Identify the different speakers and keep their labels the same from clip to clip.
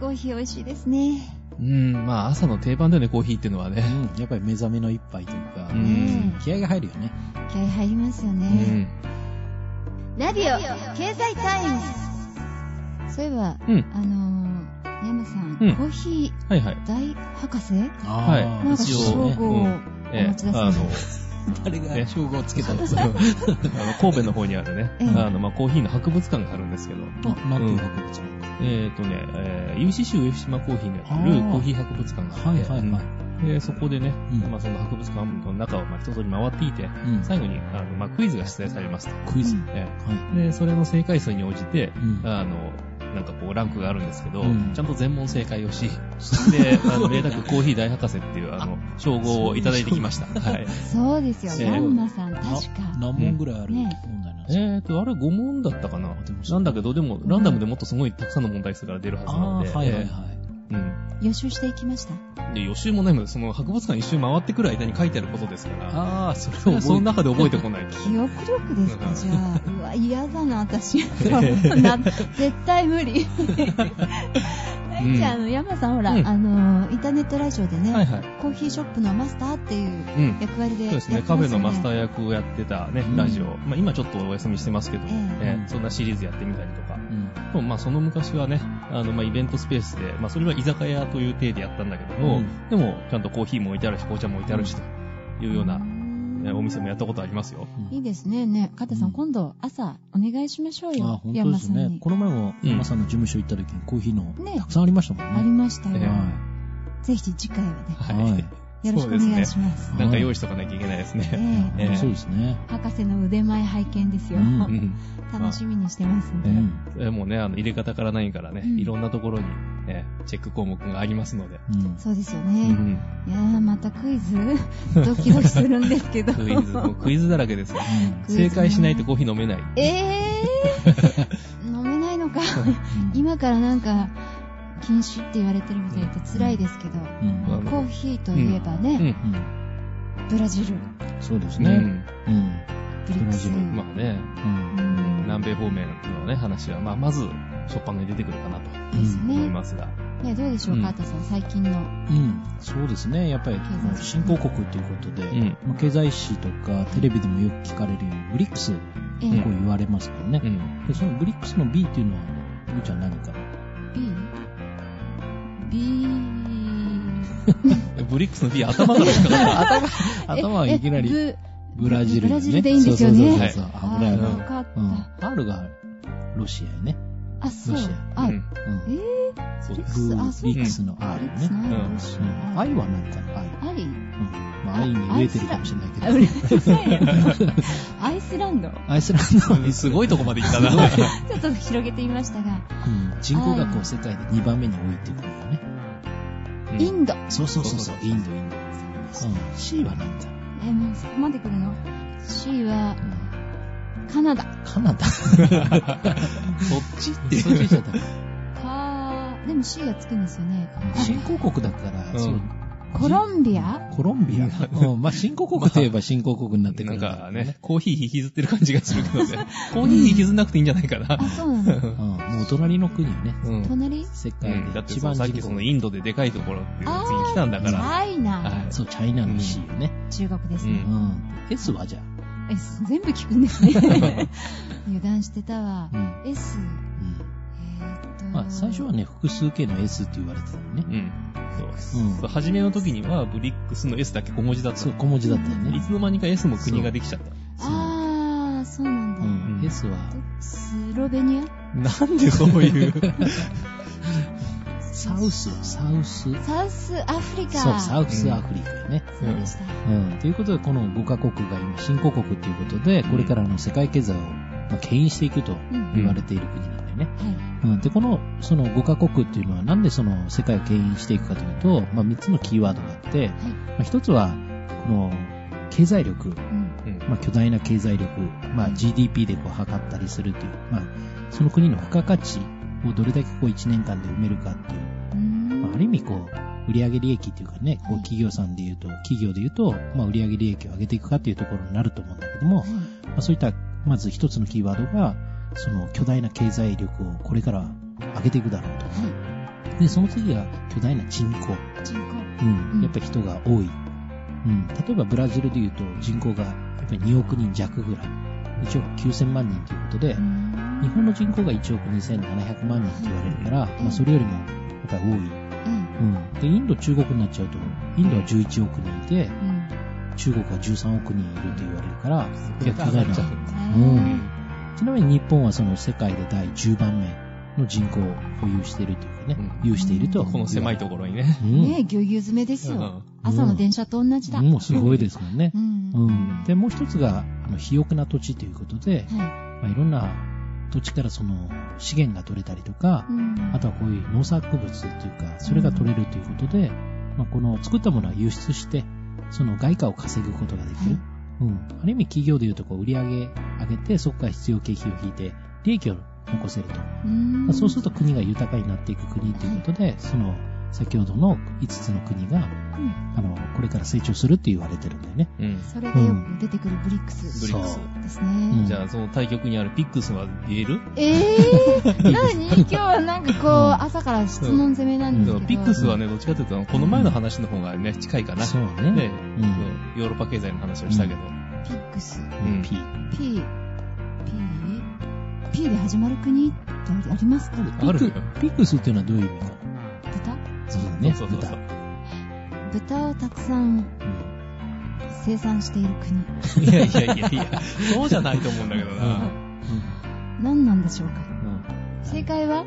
Speaker 1: コーヒー美味しいですね。
Speaker 2: うん、まあ朝の定番だよね、コーヒーっていうのはね。
Speaker 3: うん、やっぱり目覚めの一杯というか、
Speaker 2: うん
Speaker 1: ね
Speaker 3: 気合が入るよね。
Speaker 1: え気合入りますよ
Speaker 2: う
Speaker 1: ね。
Speaker 2: ん。
Speaker 1: ラビオ、経済タイムそういえば、
Speaker 2: うん。
Speaker 1: あのー、山さん、
Speaker 2: うん
Speaker 1: コーヒ
Speaker 2: はいはい。
Speaker 1: ー大博士
Speaker 2: はい
Speaker 3: あ
Speaker 1: な
Speaker 3: ー
Speaker 1: んか
Speaker 2: 一応
Speaker 1: 称
Speaker 2: ね
Speaker 1: 号をお持ちだそう
Speaker 2: あ
Speaker 1: で
Speaker 2: の、
Speaker 3: 誰が
Speaker 2: ね
Speaker 3: 称号をつけ たんです
Speaker 2: あ
Speaker 3: か
Speaker 2: の神戸の方にあるね、
Speaker 1: ええ
Speaker 2: あの、まあ、コーヒーの博物館があるんですけど、
Speaker 3: なんていう博物館
Speaker 2: えっ、とね、えー、有志州上島コーヒーのやってる
Speaker 3: あー
Speaker 2: コーヒー博物館があ
Speaker 3: は
Speaker 2: っ
Speaker 3: い
Speaker 2: て、
Speaker 3: はいはい。
Speaker 2: うんでそこでね、
Speaker 3: うん
Speaker 2: まあ、その博物館の中をまあ一通り回っていて、
Speaker 3: うん
Speaker 2: 最後にあの、まあ、クイズが出題されますと。
Speaker 3: クイズ。
Speaker 1: うん
Speaker 2: え
Speaker 3: は
Speaker 2: えで、それの正解数に応じて、
Speaker 3: い。うん
Speaker 2: あの、なんかこう、ランクがあるんですけど、
Speaker 3: うん
Speaker 2: ちゃんと全問正解をし、 で、あの、明太コーヒー大博士っていう、あの、称号をいただいてきました。はい。
Speaker 1: そうですよ、
Speaker 2: ええ
Speaker 1: ヤンマさん、確
Speaker 3: な
Speaker 1: か。
Speaker 3: 何問ぐらいある問
Speaker 1: ね
Speaker 3: 題なんですか
Speaker 2: えーと、あれ5問だったかな
Speaker 3: でもそ
Speaker 2: な
Speaker 3: う
Speaker 2: んだけど、でも、ランダムでもっとすごいたくさんの問題数が出るはずな
Speaker 3: あ
Speaker 2: の
Speaker 3: あ
Speaker 2: で。
Speaker 3: ー、はいは
Speaker 2: え
Speaker 3: いはい。
Speaker 2: ーうん。
Speaker 1: 予習していきました。
Speaker 2: で、予習もないもんその博物館一周回ってくる間に書いてあることですから、
Speaker 3: ああ、それを
Speaker 2: そ
Speaker 3: 覚
Speaker 2: う
Speaker 3: えて
Speaker 2: その中で覚えてこないと。
Speaker 1: 記憶力です
Speaker 2: う
Speaker 1: か、
Speaker 2: ん
Speaker 1: じゃあ。うわ、嫌だな、私。 そんな絶対無理。じゃあ、あの、山さん、ほら、
Speaker 2: うん
Speaker 1: あの、インターネットラジオでね、
Speaker 2: はいはい。
Speaker 1: コーヒーショップのマスターっていう
Speaker 2: うん。
Speaker 1: 役割で
Speaker 2: そう
Speaker 1: やってま
Speaker 2: で
Speaker 1: すすよ
Speaker 2: ね、
Speaker 1: ね。
Speaker 2: カフェのマスタ
Speaker 1: ー。
Speaker 2: ー役をやってたね、
Speaker 3: うん
Speaker 2: ラジオ。まあ今ちょっとお休みしてますけど、
Speaker 1: ええ
Speaker 2: ええそんなシリーズやってみたりとか。
Speaker 3: うん。
Speaker 2: あとまあその昔はね、あの、まあイベントスペースで、まあそれは居酒屋という体でやったんだけども、
Speaker 3: うん
Speaker 2: でもちゃんとコーヒーも置いてあるし、紅茶も置いてあるし、というような、ねお店もやったことありますよ。
Speaker 1: いいですね。ねえ、カタさん、今度、朝、お願いしましょう
Speaker 3: ああ、
Speaker 1: よ。
Speaker 3: 本当で
Speaker 1: 山
Speaker 3: す
Speaker 1: さんに
Speaker 3: ね。。この前も
Speaker 2: うん
Speaker 3: 山さんの事務所行った時にコーヒーの
Speaker 1: ね
Speaker 3: たくさんありましたもんね。
Speaker 1: ありましたよ。
Speaker 2: え
Speaker 1: ぜひ次回は ね、
Speaker 2: は
Speaker 3: はい。
Speaker 1: よろしくお願いします。
Speaker 3: ね
Speaker 2: なんか用意しとかなきゃいけないですね。
Speaker 1: え
Speaker 2: ええ
Speaker 3: そうですね。
Speaker 1: え博士の腕前拝見ですよ。
Speaker 3: うん
Speaker 2: うん。
Speaker 1: 楽しみにしてますん
Speaker 2: え
Speaker 1: で。
Speaker 3: ね
Speaker 2: えもうね、あの、入れ方から何からね、
Speaker 1: うん
Speaker 2: いろんなところに、ええチェック項目がありますので。
Speaker 3: うん
Speaker 1: そうですよ
Speaker 2: う
Speaker 1: ね。
Speaker 2: ん。
Speaker 1: いやー、またクイ ズドキドキするんですけど。
Speaker 2: クイズ、もうクイズだらけですよ。
Speaker 3: う
Speaker 1: クイズね
Speaker 2: 正解しないとコーヒー飲めない。
Speaker 1: え ー、飲めないのか。
Speaker 3: ん
Speaker 1: 今からなんか、禁止って言われてるみたいで辛いですけど、
Speaker 3: うん
Speaker 2: うん
Speaker 1: コーヒーといえば
Speaker 2: う
Speaker 1: ね、
Speaker 2: ん。
Speaker 3: うん
Speaker 1: ブラジル、
Speaker 3: そうです
Speaker 2: ね、
Speaker 3: ね。うん。
Speaker 1: ブリックス。
Speaker 3: ブラジル
Speaker 2: まあね、
Speaker 3: うん
Speaker 1: うん
Speaker 2: 南米方面のね、話は、まあ、まず、初っ端に出てくるかなと
Speaker 1: です
Speaker 2: 思い
Speaker 1: ね。
Speaker 2: ますが。
Speaker 1: ねどうでしょう
Speaker 2: う
Speaker 1: か、
Speaker 2: ん
Speaker 1: カータさん、最近の。
Speaker 3: うん、そうですね。やっぱり
Speaker 1: 経済
Speaker 3: 新興国ということで、
Speaker 2: うん
Speaker 3: まあ経済誌とかテレビでもよく聞かれるように、ブリックスこ
Speaker 1: え
Speaker 3: う
Speaker 1: ー、
Speaker 3: 言われますけどね
Speaker 2: う。ん。
Speaker 3: でそのブリックスの B っていうのは、ゆうちゃん何か
Speaker 1: B? B?
Speaker 2: ブリックスの B 頭からですから。
Speaker 3: 頭はいきな
Speaker 1: え
Speaker 3: り
Speaker 1: え
Speaker 3: ブラジル、
Speaker 1: ブ
Speaker 3: ね。
Speaker 1: ラジルでいいんですよね
Speaker 3: そうそうそうそう
Speaker 1: ブ
Speaker 3: あ危ない危
Speaker 1: あ
Speaker 3: ない
Speaker 1: ーわかっ
Speaker 3: うん。R がロシアやね。
Speaker 1: た。あ、そう
Speaker 3: ロシ。
Speaker 1: あ、
Speaker 2: うん
Speaker 3: うん。
Speaker 1: え
Speaker 2: そうです。
Speaker 1: ーあ
Speaker 3: ブ
Speaker 1: そう
Speaker 3: リックスの
Speaker 1: あ
Speaker 3: R
Speaker 1: れつ
Speaker 3: ね。
Speaker 1: ない
Speaker 2: うん
Speaker 1: どうしよ
Speaker 3: う。
Speaker 1: うんあ
Speaker 3: I は何かな ?I。
Speaker 1: あり
Speaker 3: うん。まあ、I に飢えてるかもしれないけ
Speaker 1: あう
Speaker 3: ど
Speaker 1: る。さいよアイスランド。
Speaker 3: アイスランド。
Speaker 2: すごいとこまで行ったな。
Speaker 1: ちょっと広げてみましたが、
Speaker 3: うん人口がこう世界で2番目に多いっていうことだね。
Speaker 2: うん
Speaker 1: インド。
Speaker 3: そうそうそうそう、インド、インド。
Speaker 1: え
Speaker 3: うん。C はなんだ
Speaker 1: ー、もうそこまで来るの ?C は
Speaker 3: うん
Speaker 1: カナダ。
Speaker 3: カナダ。
Speaker 2: そっちって。
Speaker 3: そっちじゃダメ
Speaker 1: かー、でも C がつくんですよね。
Speaker 3: 新興国だから、
Speaker 2: うん
Speaker 3: そう
Speaker 1: コロンビア
Speaker 3: コロンビア。うんまあ、新興国といえば新興国になってく
Speaker 2: な
Speaker 3: る
Speaker 2: ん
Speaker 3: だ
Speaker 2: かね、コーヒー引きずってる感じがするけ どね。コーヒー引きずんなくていいんじゃないかな
Speaker 1: あ、。そうなの。
Speaker 3: うん、もう隣の国よね。
Speaker 2: うん。
Speaker 1: 隣
Speaker 3: 世
Speaker 2: う
Speaker 3: 界
Speaker 2: んだ
Speaker 3: で
Speaker 2: って
Speaker 3: 一
Speaker 2: そ
Speaker 3: 番
Speaker 2: うさっ
Speaker 3: 人
Speaker 2: き
Speaker 3: 口
Speaker 2: そのインドででかいところっていう
Speaker 1: あー
Speaker 2: 次に来たんだか
Speaker 1: チ
Speaker 2: ら。
Speaker 1: ャイナ。
Speaker 2: は
Speaker 3: そう、チャイナの C よね。
Speaker 1: 中国です
Speaker 3: う
Speaker 1: ね。
Speaker 3: ん。S はじゃあ。
Speaker 1: え、全部聞くんです ね。油断してたわ
Speaker 3: う。ん。
Speaker 1: S、え
Speaker 3: う
Speaker 1: ーっと。
Speaker 3: ん。まあ、最初は。ね、複数形の S って言われてたよね
Speaker 2: い。。うん。そううんそう。初めの時にはブリックスの S だけ小文字だった
Speaker 3: そう、
Speaker 2: の。
Speaker 3: 小文字だったよ
Speaker 2: い
Speaker 3: ね。
Speaker 2: つの間にか S も国ができちゃった。
Speaker 1: あー、そうなんだ。
Speaker 3: うん。
Speaker 2: うん
Speaker 3: S は、
Speaker 1: スロベニア
Speaker 2: なんでそういう。
Speaker 3: サウス、サウス。そう、
Speaker 1: サウスアフリカ。
Speaker 3: サウスアフリカよね。
Speaker 1: そうでした。
Speaker 3: うん。ということで、この5カ国が今、新興国ということで、これからの世界経済を、まあ、牽引していくと
Speaker 1: うん。
Speaker 3: 言われている国なんだよね。
Speaker 1: は
Speaker 3: うん。で、この、その5カ国っていうのは、なんでその世界を牽引していくかというと、まあ、3つのキーワードがあって、
Speaker 1: い。はい。
Speaker 3: まあ、1つは、この、経済力、
Speaker 1: うん。
Speaker 2: うん
Speaker 3: まあ、巨大な経済力、まあ、GDP でこう測ったりするという、まあ、その国の付加価値をどれだけこう1年間で埋めるかっていう、
Speaker 1: うーん
Speaker 3: まあ、ある意味こう、売上利益っていうかね、こう
Speaker 1: はい
Speaker 3: 企業さんで言うと、企業で言うと、まあ、売上利益を上げていくかっていうところになると思うんだけども
Speaker 1: は、い
Speaker 3: まあ、そういった、まず一つのキーワードが、その巨大な経済力をこれから上げていくだろうと。
Speaker 1: はい
Speaker 3: で、その次が巨大な人口。
Speaker 1: 人口。
Speaker 3: う、
Speaker 1: うんん
Speaker 3: やっぱり人が多い。うん、例えばブラジルでいうと人口がやっぱり2億人弱ぐらい。1億9000万人ということで、日本の人口が1億2700万人って言われるから、まあ、それよりもやっぱり多い。
Speaker 1: うん。
Speaker 3: うん、で、インド、中国になっちゃうと、インドは11億人いて、
Speaker 1: うん。
Speaker 3: 中国は13億人いると言われるから、
Speaker 2: ぐっと上がっちゃう
Speaker 3: うんちなみに日本はその世界で第10番目の人口を保有しているというかね、
Speaker 2: うん
Speaker 3: 有しているとは
Speaker 2: この狭いところにね。
Speaker 3: う
Speaker 1: え
Speaker 3: ん、
Speaker 1: ねえ、ぎゅうぎゅう詰めです
Speaker 2: う
Speaker 1: よ
Speaker 2: ん。
Speaker 1: 朝の電車と同じだ。
Speaker 3: もうすごいですもんね
Speaker 1: う。ん。
Speaker 3: う
Speaker 1: は
Speaker 3: ん、で、もう一つが、あの肥沃な土地ということで、
Speaker 1: い。
Speaker 3: まあ、いろんな土地からその資源が取れたりとか
Speaker 1: う、ん
Speaker 3: あとはこういう農作物というか、それが取れるということで、まあ、この作ったものは輸出して、その外貨を稼ぐことができる。うん。ある意味企業でいうとこう売り上げ上げて、そこから必要経費を引いて、利益を残せると。
Speaker 1: うん
Speaker 3: まあそうすると国が豊かになっていく国ということで、その先ほどの5つの国が、
Speaker 1: うん
Speaker 3: あの、これから成長するって言われてるんだよね。
Speaker 2: うん
Speaker 1: それがよく出てくるブリック
Speaker 2: ブ
Speaker 1: ス
Speaker 2: リックス
Speaker 3: そう。
Speaker 1: です
Speaker 3: うん
Speaker 1: ね。
Speaker 2: じゃあ、その対局にあるピックスは言える、
Speaker 1: え ー、何今日はなんかこう、朝から質問攻めなんで
Speaker 2: ですも
Speaker 1: けど。
Speaker 2: ピックスはね、どっちかというと、この前の話の方がね、近いかな。
Speaker 3: そうね。
Speaker 2: ね、
Speaker 3: うん
Speaker 2: そうヨーロッパ経済の話をしたけど。
Speaker 1: ピックス。
Speaker 3: うん
Speaker 2: うん
Speaker 3: P。
Speaker 1: P、P、P で始まる国ってありますか
Speaker 2: あるよ
Speaker 3: ピックスっていうのはどういう意味か
Speaker 1: 豚
Speaker 3: そうだね。
Speaker 2: そうそうそうそう。
Speaker 1: 豚をたくさん
Speaker 3: 豚うん
Speaker 1: 生産している国。
Speaker 2: いやいやいやいや、そうじゃないと思うんだけどな。
Speaker 1: 何なんでしょうか正解は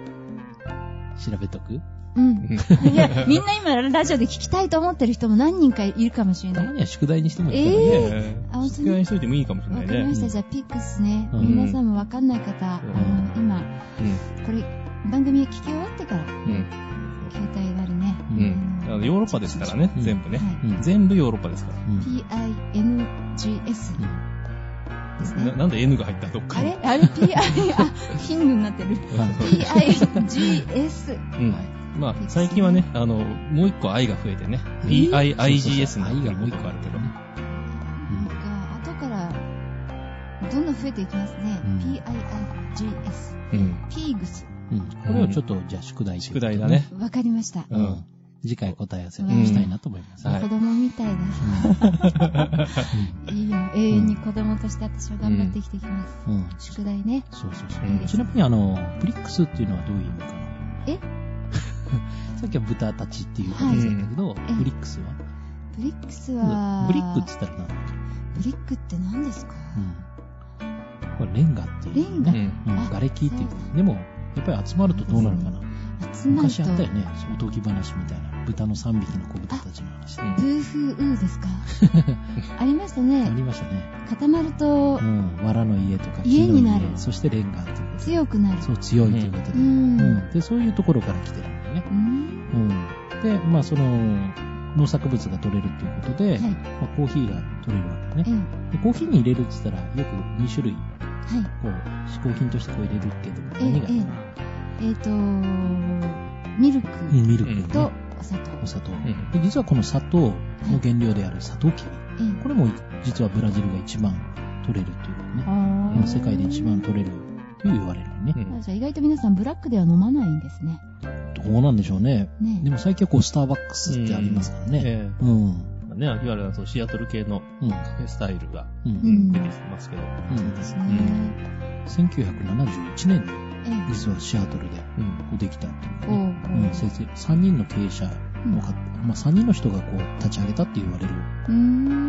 Speaker 3: 調べとく
Speaker 1: うん。 いや、みんな今ラジオで聞きたいと思ってる人も何人かいるかもしれ
Speaker 3: た
Speaker 1: な
Speaker 3: ま
Speaker 1: い。
Speaker 3: には宿題にしてもいい
Speaker 1: え
Speaker 3: か
Speaker 2: ね
Speaker 1: あ本当に
Speaker 2: 宿題にしといてもいいかもしれな
Speaker 1: わ
Speaker 2: い
Speaker 1: かりま
Speaker 2: ね。
Speaker 1: した。じゃあ、ピックスね。
Speaker 3: うん
Speaker 1: 皆さんもわかんない方、あ
Speaker 2: うん
Speaker 1: の、今、これ、番組聞き終わってから、
Speaker 2: うん。うん。
Speaker 1: 携帯割りね。
Speaker 2: う
Speaker 3: うん
Speaker 1: ん。
Speaker 2: あのヨーロッパですからね、
Speaker 3: うん
Speaker 2: 全部ね。
Speaker 1: はい
Speaker 3: らね。
Speaker 2: 全部ヨーロッパですか
Speaker 3: うん
Speaker 1: P-I-N-G-S です
Speaker 2: ら。な
Speaker 1: ね。
Speaker 2: なんで N が入ったどっか
Speaker 1: あ
Speaker 2: に
Speaker 1: れあれ ?P-I、あ、キングになってる。
Speaker 3: うんはい
Speaker 1: P-I-G-S。
Speaker 2: うんまあ、最近はね、あの、もう一個 I が増えてね。
Speaker 3: え
Speaker 2: PIIGS
Speaker 3: ー
Speaker 2: の
Speaker 3: そうそうそう I がもう一
Speaker 2: 個
Speaker 3: 個あるけどね。
Speaker 1: なんか、後から、どんどん増えていきますね
Speaker 3: うん。
Speaker 1: P-I-I-G-S。
Speaker 2: うん。
Speaker 1: ピーグス。
Speaker 3: うんこれをちょっと、じゃあ宿題という
Speaker 2: 宿
Speaker 3: ことで
Speaker 2: 題だね。。
Speaker 1: わかりました。
Speaker 3: う
Speaker 2: うん
Speaker 3: ん。次回答え合わせをしたいなと思います。
Speaker 2: うんはい
Speaker 1: 子供みたいだ。いいよ。永遠に子供として私は頑張って生きていきます。
Speaker 3: うんうん
Speaker 1: 宿題ね。
Speaker 3: そうそうそうう。
Speaker 2: ん
Speaker 3: ちなみに、あの、ブリックスっていうのはどういう意味かな
Speaker 1: え
Speaker 3: さっきは豚たちっていうことだったけど、
Speaker 1: い
Speaker 3: ブリックスは
Speaker 1: ブリックスは、
Speaker 3: ブリックって言ったら何だっけ
Speaker 1: ブリックって何ですか
Speaker 3: うん。これレンガっていう意味ね。
Speaker 2: レン
Speaker 3: うん。
Speaker 1: あ
Speaker 3: 瓦礫っていう
Speaker 1: そう
Speaker 3: でも、やっぱり集まるとどうなるかな。
Speaker 1: 集まる
Speaker 3: 昔
Speaker 1: と
Speaker 3: あ、ったよね、その陶器話みたいな。豚の3匹の子豚たちの話。あ
Speaker 1: ブーフーウー ですかありましたね。
Speaker 3: りましたね。
Speaker 1: 固まると
Speaker 3: う、ん。藁の家とか木
Speaker 1: 家
Speaker 3: の
Speaker 1: になる
Speaker 3: そしてレンガっていうこと
Speaker 1: 強くなる。
Speaker 3: そう、強いということで。
Speaker 1: う
Speaker 3: うん
Speaker 1: ん。うん
Speaker 3: で、そういうところから来てるんだよね。
Speaker 1: うん
Speaker 3: うん。で、まあ、その、農作物が取れるということで、
Speaker 1: はい。
Speaker 3: まあ、コーヒーが取れるわけ
Speaker 1: え
Speaker 3: ね。でコーヒーに入れるって言ったら、よく2種類、こ
Speaker 1: えはい。
Speaker 3: う、嗜好品としてこう入れるけど、
Speaker 1: ええ
Speaker 3: 何が、
Speaker 1: えっと、ミルク
Speaker 3: うんミルク、ね
Speaker 2: うん
Speaker 1: とお砂糖。
Speaker 3: お砂糖、
Speaker 2: ん
Speaker 3: で。実はこの砂糖の原料である砂糖キビ。
Speaker 1: ええ
Speaker 3: これも実はブラジルが一番取れるというね。
Speaker 1: あ
Speaker 3: うん
Speaker 1: ー
Speaker 3: 世界で一番取れると言われるね
Speaker 2: う。ん
Speaker 1: あじゃあ意外と皆さんブラックでは飲まないんですね。
Speaker 3: どうなんでしょうね。
Speaker 1: ね
Speaker 3: でも最近はこうスターバックスってありますからね。
Speaker 2: え
Speaker 3: うん。うん。
Speaker 2: えね、秋葉原だとシアトル系の
Speaker 3: うん。
Speaker 2: カフェスタイルが
Speaker 3: う。
Speaker 2: うんん出てきてますけど。
Speaker 1: そうですね。
Speaker 2: うん
Speaker 3: 1971年に
Speaker 1: ええ
Speaker 3: 実はシアトルで
Speaker 2: うん
Speaker 3: こうできたっていう
Speaker 1: お
Speaker 3: ね。
Speaker 1: う
Speaker 3: うん。先生、3人の経営者の方、まあ3人の人がこう立ち上げたって言われる
Speaker 1: おううー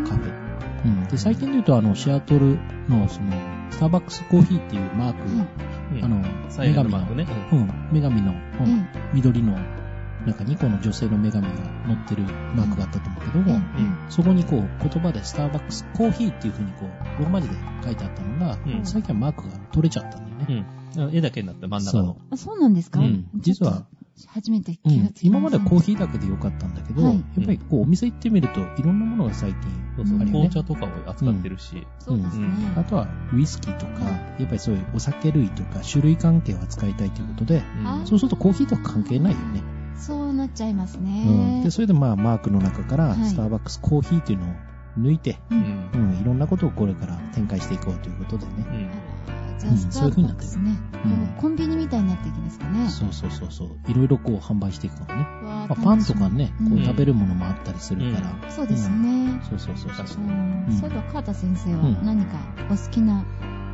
Speaker 1: ん。
Speaker 3: カフェ。うん。で、最近で言うとあの、シアトルのその、スターバックスコーヒーっていうマーク、
Speaker 2: うん
Speaker 3: あの、
Speaker 2: サイ
Speaker 3: 女
Speaker 2: レント
Speaker 3: 神
Speaker 2: マーク
Speaker 3: の、
Speaker 2: ね。
Speaker 3: うん、女神の、
Speaker 1: え
Speaker 3: うん
Speaker 1: え
Speaker 3: 緑の中にこの女性の女神が乗ってるマークがあったと思うけど
Speaker 1: え
Speaker 3: も、
Speaker 1: え
Speaker 2: ん
Speaker 3: そこにこう言葉でスターバックスコーヒーっていう風にこうローマ字で書いてあったのが、
Speaker 2: うん
Speaker 3: 最近はマークが取れちゃったんだよ
Speaker 2: う
Speaker 3: ね。
Speaker 2: んあの。絵だけになった真ん中の。
Speaker 1: あそうなんですか
Speaker 3: うん実は、
Speaker 1: ちょっと初めて
Speaker 3: う
Speaker 1: 気が
Speaker 3: ん
Speaker 1: つきました。
Speaker 3: 今まではコーヒーだけでよかったんだけど、
Speaker 1: はい
Speaker 3: やっぱりこうお店行ってみるといろんなものが最近
Speaker 2: そうそう
Speaker 1: うん
Speaker 2: 紅茶とかを扱ってるし。
Speaker 1: そうですね。
Speaker 3: あとはウイスキーとか、やっぱりそういうお酒類とか種類関係を扱いたいということで、
Speaker 2: うん
Speaker 1: あ
Speaker 3: そうするとコーヒーとか関係ないよね。
Speaker 1: そうなっちゃいます
Speaker 3: うん
Speaker 1: ね。
Speaker 3: で、それでまあ、マークの中から、
Speaker 1: はい
Speaker 3: スターバックスコーヒーというのを抜いて、
Speaker 1: う
Speaker 2: うんん
Speaker 3: うん、いろんなことをこれから展開していこうということでね。
Speaker 2: うん
Speaker 1: あらじゃあ、
Speaker 3: うん
Speaker 1: ス
Speaker 3: そう
Speaker 1: カ
Speaker 3: いう
Speaker 1: ウ
Speaker 3: 風
Speaker 1: ト
Speaker 3: になって
Speaker 1: で
Speaker 3: る
Speaker 1: すね。
Speaker 3: うん
Speaker 1: でもコンビニみたいになっていきますかね。
Speaker 3: そうそうそうそう。いろいろこう販売していくからね。
Speaker 1: わ
Speaker 3: まあ
Speaker 1: あ
Speaker 3: パンとかね、
Speaker 1: 楽しみ
Speaker 3: こ
Speaker 2: う
Speaker 3: うん食べるものもあったりするから。
Speaker 1: そうですね。
Speaker 3: そうそうそうそう。
Speaker 2: 確
Speaker 1: う
Speaker 2: か
Speaker 1: ん
Speaker 3: うん
Speaker 1: そういえば、川田先生は
Speaker 3: うん
Speaker 1: 何かお好きな、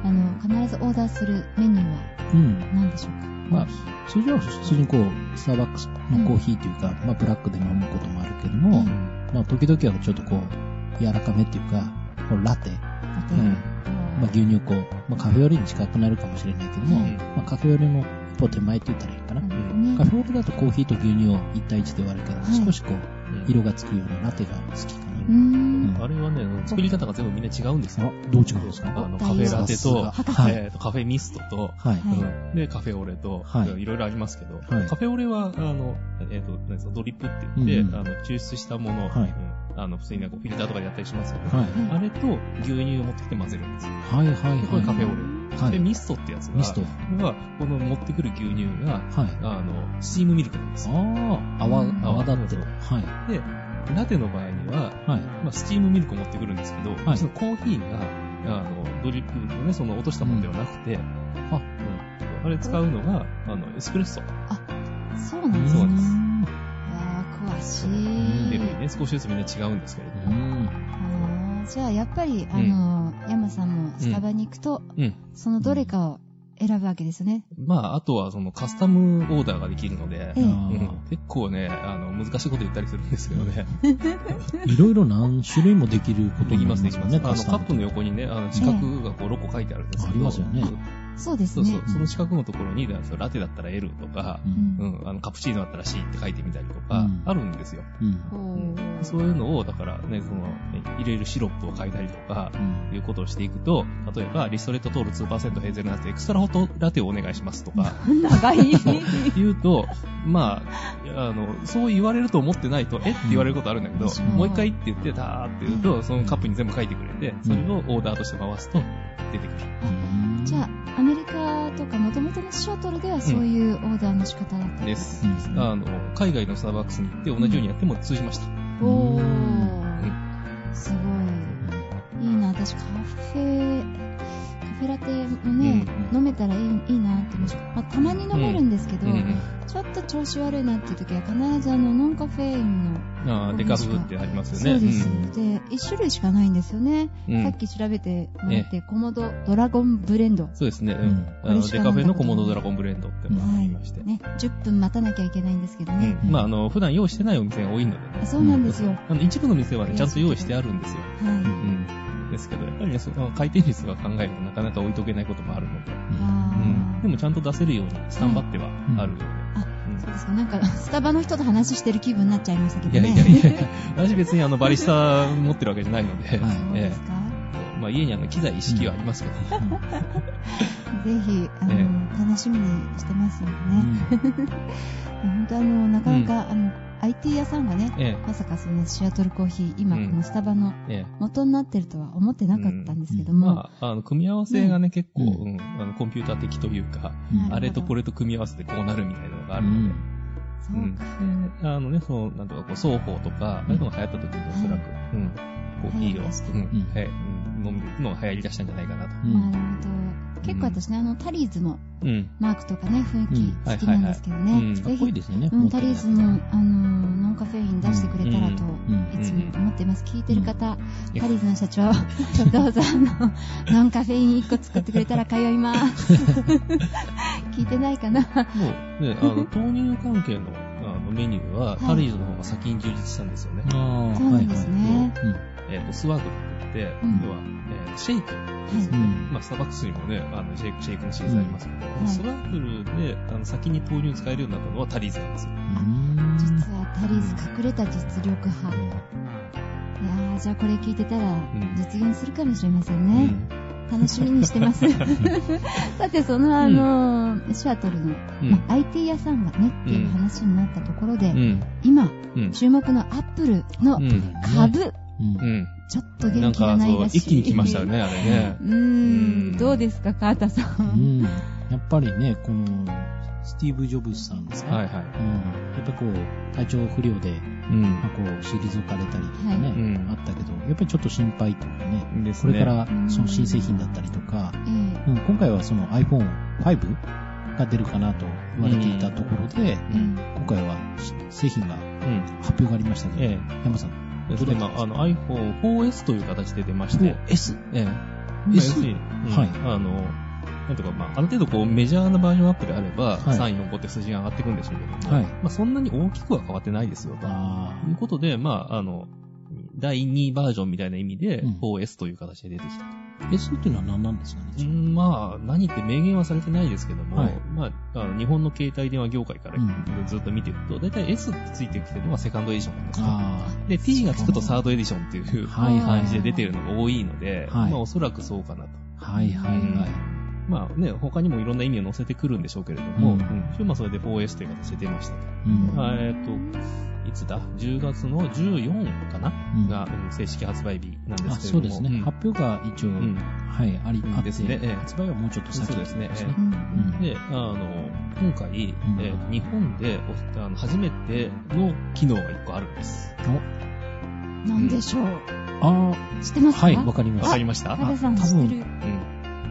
Speaker 1: あの、必ずオーダーするメニューは
Speaker 3: うん。
Speaker 1: 何でしょうか
Speaker 3: まあ、通常は普通にこう、スターバックスのコーヒーというか、まあ、ブラックで飲むこともあるけども、
Speaker 1: うん
Speaker 3: まあ、時々はちょっとこう、柔らかめっていうか、こうラテ、
Speaker 1: だって
Speaker 3: うんま
Speaker 1: こ
Speaker 3: あ、牛乳こう、まあ、カフェオレに近くなるかもしれないけども、
Speaker 2: うん
Speaker 3: まあ、カフェオレの一歩手前って言ったらいいかな。
Speaker 1: う、
Speaker 2: ん
Speaker 3: カ
Speaker 1: ね、
Speaker 3: フェオレだとコーヒーと牛乳を一対一で割るけど、
Speaker 1: はい
Speaker 3: 少しこう、色がつくようなラテが好きかな。
Speaker 1: うーん。
Speaker 2: あれはね、作り方が全部みんな違うんですよ。
Speaker 3: あどう違うんですか
Speaker 2: あの、カフェラテ
Speaker 1: さ
Speaker 2: と、
Speaker 1: すが
Speaker 3: はい
Speaker 2: えーとカフェミストと、
Speaker 1: は
Speaker 3: はい。
Speaker 1: い
Speaker 2: うんで、カフェオレと、
Speaker 3: はい
Speaker 2: い、ろいろありますけど、
Speaker 3: はい
Speaker 2: カフェオレは、あの、えっ、と、何ですかドリップって言って、
Speaker 3: うんうん
Speaker 2: あの抽出したものを、
Speaker 3: はい
Speaker 2: うんあの、普通になんかフィルターとかでやったりしますけど、
Speaker 3: はい。
Speaker 2: あれと牛乳を持ってきて混ぜるんですよ。
Speaker 3: はいはい
Speaker 2: これカ
Speaker 3: は
Speaker 2: フェオレ。
Speaker 3: い。は
Speaker 2: で、
Speaker 3: い。
Speaker 2: ミストってやつが、
Speaker 3: ミスト。
Speaker 2: は、この持ってくる牛乳が、
Speaker 3: はい。
Speaker 2: あの、スチームミルクなんですよ。
Speaker 3: ああ、泡、泡立ってる。はい。
Speaker 2: で、ラテの場合には、
Speaker 3: はい。
Speaker 2: まあ、スチームミルクを持ってくるんですけど、
Speaker 3: はい
Speaker 2: そのコーヒーが、あの、ドリップのね、その落としたものではなくて、
Speaker 3: あ
Speaker 2: うんあれ使うのが、あの、エスプレッソ。
Speaker 1: そうなんです
Speaker 2: そう
Speaker 1: ね。
Speaker 2: です
Speaker 1: わあ、詳し
Speaker 2: 出
Speaker 1: い
Speaker 2: る。にね、少しずつみんな違うんですけれど
Speaker 3: う
Speaker 2: も。
Speaker 3: ん。
Speaker 1: あーじゃあ、やっぱり、
Speaker 2: ん
Speaker 1: あの、山さんもスタバに行くと、
Speaker 2: うん。
Speaker 1: そのどれかを選ぶわけですね。
Speaker 2: まあ、あとは、その、カスタムオーダーができるので
Speaker 1: え、え
Speaker 2: う
Speaker 3: あ
Speaker 2: ん結構ね、あの、難しいこと言ったりするんですけどね。
Speaker 3: ーいろいろ何種類もできること
Speaker 2: でき
Speaker 3: にな
Speaker 2: ます、で
Speaker 3: り
Speaker 2: き
Speaker 3: ま
Speaker 2: ますす。あ
Speaker 3: ね、
Speaker 2: の、カップの横にね、あの、四角がこう、6個書いてあるんですけど。
Speaker 3: ありますよね
Speaker 1: そうです
Speaker 2: そうそう
Speaker 1: ね。。
Speaker 2: その四角のところに、ラテだったら L とか、
Speaker 3: う
Speaker 1: うん
Speaker 3: ん。
Speaker 2: うん、あの、カプチーノだったら C って書いてみたりとか
Speaker 3: うん、
Speaker 2: あるんですよ。
Speaker 3: うん。
Speaker 1: ほう
Speaker 2: そういうのを、だからね、その、入れるシロップを変えたりとか、いうことをしていくと、例えば、リストレットトール2%ヘーゼルナッツエクストラホットラテをお願いしますとか、
Speaker 1: 長い。
Speaker 2: 言うと、まあ、あの、そう言われると思ってないと、えって言われることあるんだけど、
Speaker 1: うん
Speaker 2: もう一回って言って、たーって言うと、そのカップに全部書いてくれて、それをオーダーとして回すと、出てくる。
Speaker 3: うん
Speaker 1: じゃあ、アメリカとか元々のシアトルではそういうオーダーの仕方だったん
Speaker 2: で
Speaker 1: です。
Speaker 2: す。あの、海外のスターバックスに行って同じようにやっても通じました。
Speaker 1: お
Speaker 3: う
Speaker 1: ー。すごい。いいな。私、カフェ、カフェラテもね、
Speaker 3: うん
Speaker 1: 飲めたらいいいいなって思うし、まあ、たまに飲めるんですけど、
Speaker 2: うん
Speaker 1: ちょっと調子悪いなっていう時は必ずあのノンカフェインの、
Speaker 2: うん。あーデカブってあります
Speaker 1: そ
Speaker 2: よね。
Speaker 1: うです、で1種類しかないんですよね、
Speaker 2: うんうん
Speaker 1: さっき調べてもらって、コモドドラゴンブレンド、
Speaker 2: そうですね。
Speaker 3: う
Speaker 2: うんん。あの、
Speaker 1: これし
Speaker 2: デ
Speaker 1: かな
Speaker 2: カ
Speaker 1: ん
Speaker 2: フ
Speaker 1: だ
Speaker 2: ェのコモドドラゴンブレンドっていうのがありまして。
Speaker 1: ね、10分待たなきゃいけないんですけどね、
Speaker 2: うん。まあ、あの、普段用意してないお店が多いので
Speaker 1: あ
Speaker 2: ね。
Speaker 1: そうなんですよ、
Speaker 2: あの、一部の店はね、ちゃんと用意してあるんですよ。う
Speaker 1: は
Speaker 2: ん。ですけど、やっぱりね、その回転率は考えるとなかなか置いとけないこともあるので。
Speaker 1: い、
Speaker 2: う
Speaker 1: あ
Speaker 2: ん。で
Speaker 1: ー
Speaker 2: もちゃんと出せるように頑張ってはあるよね。
Speaker 1: そうですかなんかスタバの人と話してる気分になっちゃいましたけ
Speaker 2: い
Speaker 1: ど
Speaker 2: や
Speaker 1: ね
Speaker 2: いやいやいや、私別にあのバリスタ持ってるわけじゃないので、
Speaker 3: はい
Speaker 1: そう
Speaker 2: え
Speaker 1: ですか、
Speaker 2: えまあ家にあの機材一式はありますけど、
Speaker 1: ぜひあの、
Speaker 2: え
Speaker 1: 楽しみにしてますので
Speaker 3: う
Speaker 1: ね、本
Speaker 3: ん
Speaker 1: 当あのなかなか、あの IT 屋さんがね
Speaker 2: え
Speaker 1: まさかそのシアトルコーヒー今このスタバの
Speaker 2: ええ
Speaker 1: 元になってるとは思ってなかったんですけど
Speaker 2: え
Speaker 1: も、
Speaker 2: まあ、あの、組み合わせがね、結構、
Speaker 3: う
Speaker 2: うんん、あの、コンピューター的というか、
Speaker 3: うん
Speaker 2: あれとこ
Speaker 1: れ
Speaker 2: れと組み合わせてこうなるみたいなのがあ
Speaker 3: う
Speaker 2: るので、
Speaker 3: ん
Speaker 1: そう
Speaker 2: う
Speaker 1: か、
Speaker 2: ん。で、あのね、その、なんとかこう、双方とか、ああいうのが流行った時におそらく、うん、コーヒーを、うん
Speaker 3: うん、
Speaker 2: はい、うん飲んでいくのが流行り出したんじゃないかなと。
Speaker 3: うん
Speaker 1: まあなるほど結構私ね、あのタリーズの
Speaker 2: うん。
Speaker 1: マークとかね雰囲
Speaker 3: うん
Speaker 1: 気好きなんですけどね、
Speaker 2: はいはいはいうん
Speaker 3: か
Speaker 1: ぜ
Speaker 3: っこい
Speaker 1: ひ、
Speaker 3: いですよね。
Speaker 1: うん、
Speaker 3: 持
Speaker 1: タ
Speaker 3: って
Speaker 1: リー
Speaker 3: るやつ
Speaker 1: ズの、あのノンカフェイン出してくれたらと、
Speaker 3: うん
Speaker 1: いつも思ってます。聞いてる方、
Speaker 2: うん
Speaker 1: タリーズの社長、どうぞあの、ノンカフェイン1個作ってくれたら通います。 聞いてないかな
Speaker 2: もう、ね、あの、豆乳関係の、あの、メニューは、
Speaker 1: い
Speaker 2: タリーズの方が先に充実したんですよね。
Speaker 3: ああ、
Speaker 1: そうなんですね。
Speaker 2: えっ、と、スワーグって言って、
Speaker 1: うん
Speaker 2: 要は、えーシェイク。
Speaker 1: はい
Speaker 3: うん。うん
Speaker 2: まあ、スターバックスにもね、あのシェイク、シェイクのシリーズありますけど、
Speaker 1: ん
Speaker 2: スワーグルで、あの、先に豆乳使えるようになったのはタリーズなんですよ。
Speaker 3: うん
Speaker 1: 実はタリーズ隠れた実力派。いやー、じゃあこれ聞いてたら
Speaker 2: ん
Speaker 1: 実現するかもしれませんね。楽しみにして ます。さて、そのあのーシアトルの、
Speaker 2: うん。
Speaker 1: まあ IT 屋さんがねっていう話になったところで、
Speaker 2: うん。
Speaker 1: 今、
Speaker 2: うん。
Speaker 1: 注目のアップルの
Speaker 2: うん。
Speaker 1: 株、
Speaker 3: うん
Speaker 2: うん。
Speaker 1: ちょっと
Speaker 2: な
Speaker 1: 元
Speaker 2: ん
Speaker 1: 気が
Speaker 2: か、
Speaker 1: ない
Speaker 2: そう、
Speaker 1: らしい。
Speaker 2: 一気に来まし たよ。ね、あれね
Speaker 1: う。ー、
Speaker 2: うんん
Speaker 1: どうですか、川田さ。
Speaker 3: うんんやっぱりね、この、スティーブ・ジョブズさんですか
Speaker 2: はいは
Speaker 3: うんやっぱこう、体調不良で、
Speaker 2: うん
Speaker 3: まあ、こう、退かれたりとか
Speaker 1: は
Speaker 3: ね、
Speaker 1: い
Speaker 2: うん
Speaker 3: あったけど、やっぱりちょっと心配というかね、
Speaker 2: ですね
Speaker 3: これからその新製品だったりとか、
Speaker 1: ええ
Speaker 3: うん、今回はその iPhone5 が出るかなと言われていたところで、
Speaker 1: う
Speaker 2: うん
Speaker 1: ん
Speaker 3: 今回は製品が
Speaker 2: うん
Speaker 3: 発表がありましたけど、
Speaker 2: え
Speaker 3: 山さん、
Speaker 2: え。それで、まあ、あの iPhone4S という形で出まして、
Speaker 3: 4S?
Speaker 2: ええ。まあ要
Speaker 3: S？
Speaker 2: するに、
Speaker 3: はい
Speaker 2: あの、なんとか、まあ、ある程度こう、メジャーなバージョンアップであれば、
Speaker 3: はい
Speaker 2: 3、4、5って数字が上がってくるんでしょうけども、
Speaker 3: はい
Speaker 2: まあ、そんなに大きくは変わってないですよ、と。
Speaker 3: あ
Speaker 2: いうことで、まあ、あの、第2バージョンみたいな意味で
Speaker 3: うん、
Speaker 2: 4S という形で出てきた。
Speaker 3: ー S っていうのは何なんですかね、
Speaker 2: うんまあ、何って明言はされてないですけども、
Speaker 3: はい
Speaker 2: まあ、あの日本の携帯電話業界から
Speaker 3: うん
Speaker 2: ずっと見てると、だいたい S ってついてきてるのはセカンドエディションなんですね。
Speaker 3: あ
Speaker 2: で、T がつくとサードエディションっていう
Speaker 3: はいはい
Speaker 2: 感じで出てるのが多いので、
Speaker 3: はい
Speaker 2: まあおそらくそうかなと。
Speaker 3: あ、はいはいはい。
Speaker 2: まあね、他にもいろんな意味を載せてくるんでしょうけれども、
Speaker 3: う
Speaker 2: うんん一応まあそれで 4S という形で出ましたと。
Speaker 3: うん
Speaker 1: うん
Speaker 2: あえっと、いつだ ?10 月の14かな、
Speaker 3: うん
Speaker 2: がうん正式発売日なんで
Speaker 3: あ
Speaker 2: すけれども。
Speaker 3: そうですね、
Speaker 2: ん
Speaker 3: 発表が一応、
Speaker 2: うん
Speaker 3: はい、あり、あって、
Speaker 2: ですねええ
Speaker 3: 発売はもうちょっと先
Speaker 2: そうですね
Speaker 3: ですね
Speaker 2: え
Speaker 1: うん
Speaker 3: うん
Speaker 2: で、あの、今回、えー日本でおあの初めての機能が1個あるんです。
Speaker 1: なんでしょう
Speaker 3: あ
Speaker 1: 知ってま
Speaker 3: あ、
Speaker 1: すか
Speaker 3: はい、わかりま
Speaker 2: わ
Speaker 3: し
Speaker 2: か
Speaker 3: た
Speaker 2: り。ました
Speaker 1: タカさん知ってる
Speaker 2: うん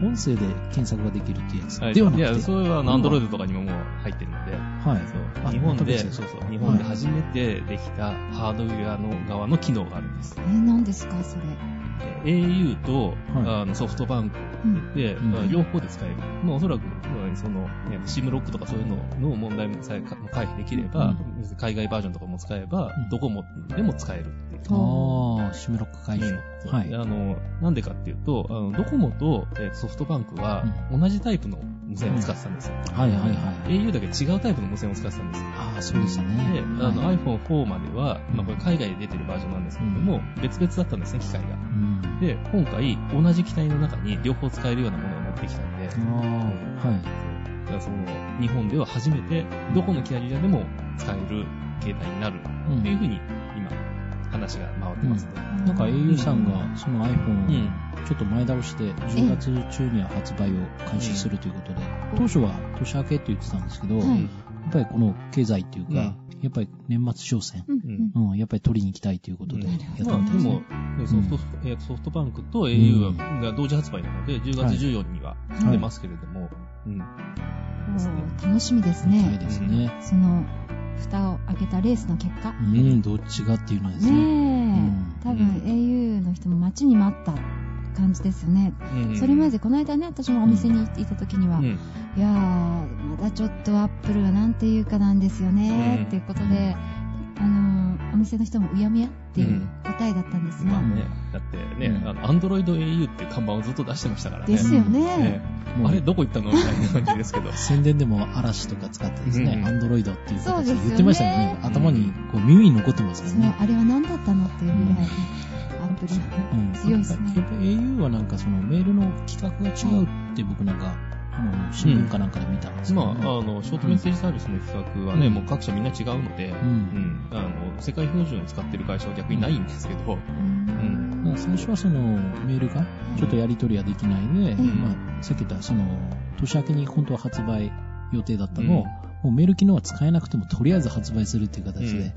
Speaker 3: 音声で検索ができるってやつ、
Speaker 2: はい
Speaker 3: ではなくて、
Speaker 2: いや、それはあのアンドロイドとかにももう入ってるので、
Speaker 3: はい
Speaker 2: そう
Speaker 3: あ
Speaker 2: 日本
Speaker 3: また
Speaker 2: で、
Speaker 3: 別
Speaker 2: そう
Speaker 3: です
Speaker 2: そう、日本で
Speaker 3: はい
Speaker 2: 初めてできたハードウェアの側の機能があるんです
Speaker 1: え。何ですかそれ
Speaker 2: え au と、
Speaker 3: はい
Speaker 2: あのソフトバンク
Speaker 1: うん
Speaker 2: で、
Speaker 3: うん
Speaker 2: まあ両方で使える。まあ、おそらく、まあその、ね SIM ロックとかそういうのの問題もさえか回避できれば、海外バージョンとかも使えば、
Speaker 3: うん
Speaker 2: どこもでも使えるっていう。
Speaker 3: ああ、シムロック解消。
Speaker 2: うん
Speaker 3: は
Speaker 2: で
Speaker 3: い。
Speaker 2: あの、なんでかっていうと、あのドコモとえーソフトバンクは同じタイプの無線を使ってたんですよ。
Speaker 3: はいはいはい。
Speaker 2: au だけ違うタイプの無線を使ってたんですよ。
Speaker 3: ああ、そうでしたね。
Speaker 2: で、あの
Speaker 3: はい
Speaker 2: iPhone4 までは、まあこれ海外で出てるバージョンなんですけれども、別々だったんですね、機械が。
Speaker 3: うん
Speaker 2: で、今回、同じ機体の中に両方使えるようなものを持ってきたんで、だ
Speaker 3: ああ、はい。
Speaker 2: からその、日本では初めて、どこのキャリアでも使える携帯になる
Speaker 3: うん
Speaker 2: っていうふうに、今、話が回ってますね。
Speaker 3: なんか au さんがその
Speaker 2: う
Speaker 3: iPhone を
Speaker 2: ん。
Speaker 3: ちょっと前倒して10月中には発売を開始するということで、当初は年明けって言ってたんですけど、
Speaker 1: はい
Speaker 3: やっぱりこの経済っていうか、
Speaker 2: うん
Speaker 3: やっぱり年末商戦、
Speaker 1: うんうん
Speaker 3: うん、やっぱり取りに行きたいということでやってみ
Speaker 2: ま
Speaker 3: た
Speaker 2: あ、
Speaker 3: ん
Speaker 2: で
Speaker 3: ですね
Speaker 2: も。、ソフトえーソフトバンクと au はが同時発売なので、10月14日には出ますけれども、うん
Speaker 1: おー楽しみです
Speaker 3: みたい
Speaker 1: ね
Speaker 3: ですね。
Speaker 1: その蓋を開けたレースの結果ね
Speaker 3: うん、どっちがっていうのはですね。
Speaker 1: え
Speaker 3: ん
Speaker 1: 多分 au の人も待ちに待った感じですよね
Speaker 2: うん
Speaker 1: それまでこの間ね私もお店に行っていた時には、
Speaker 2: うん
Speaker 1: いやーまだちょっとアップルはなんていうかなんですよね、
Speaker 2: うん
Speaker 1: っていうことで、あのーお店の人もうやむやっていう答えだったんです
Speaker 2: ま
Speaker 1: が、
Speaker 2: あね、だってね、
Speaker 3: うん
Speaker 2: あの、アンドロイド au っていう看板をずっと出してましたからね。
Speaker 1: ですよね、
Speaker 2: ね
Speaker 3: もう
Speaker 2: あれ、どこ行ったのみたいな感じですけど。
Speaker 3: 宣伝でも嵐とか使ってです
Speaker 2: う
Speaker 3: ね
Speaker 2: ん、
Speaker 3: アンドロイドっていう
Speaker 1: そうです
Speaker 3: 形で
Speaker 1: よね
Speaker 3: 言ってましたよね。頭にこう耳に残ってますよ
Speaker 1: そ
Speaker 3: ね
Speaker 1: の。あれは何だったのっていうぐらいね、アップル
Speaker 3: うん
Speaker 1: 強いです
Speaker 3: や
Speaker 1: ね
Speaker 3: っぱ au はなんかそのメールの規格が違うって僕なんか、あの、新聞かなんかで見たんですけ
Speaker 2: ま
Speaker 3: ど、
Speaker 2: あ、あの、ショートメッセージサービスの企画はね、
Speaker 3: うん
Speaker 2: もう各社みんな違うので、
Speaker 3: う。
Speaker 2: うんん、あの、世界標準を使ってる会社は逆にないんですけど、
Speaker 1: うん
Speaker 3: だから最初はそのメールがちょっとやり取りはできないで、
Speaker 1: うん
Speaker 3: まあ、さっき言ったその年明けに本当は発売予定だったのを、もうメール機能は使えなくてもとりあえず発売するっていう形で、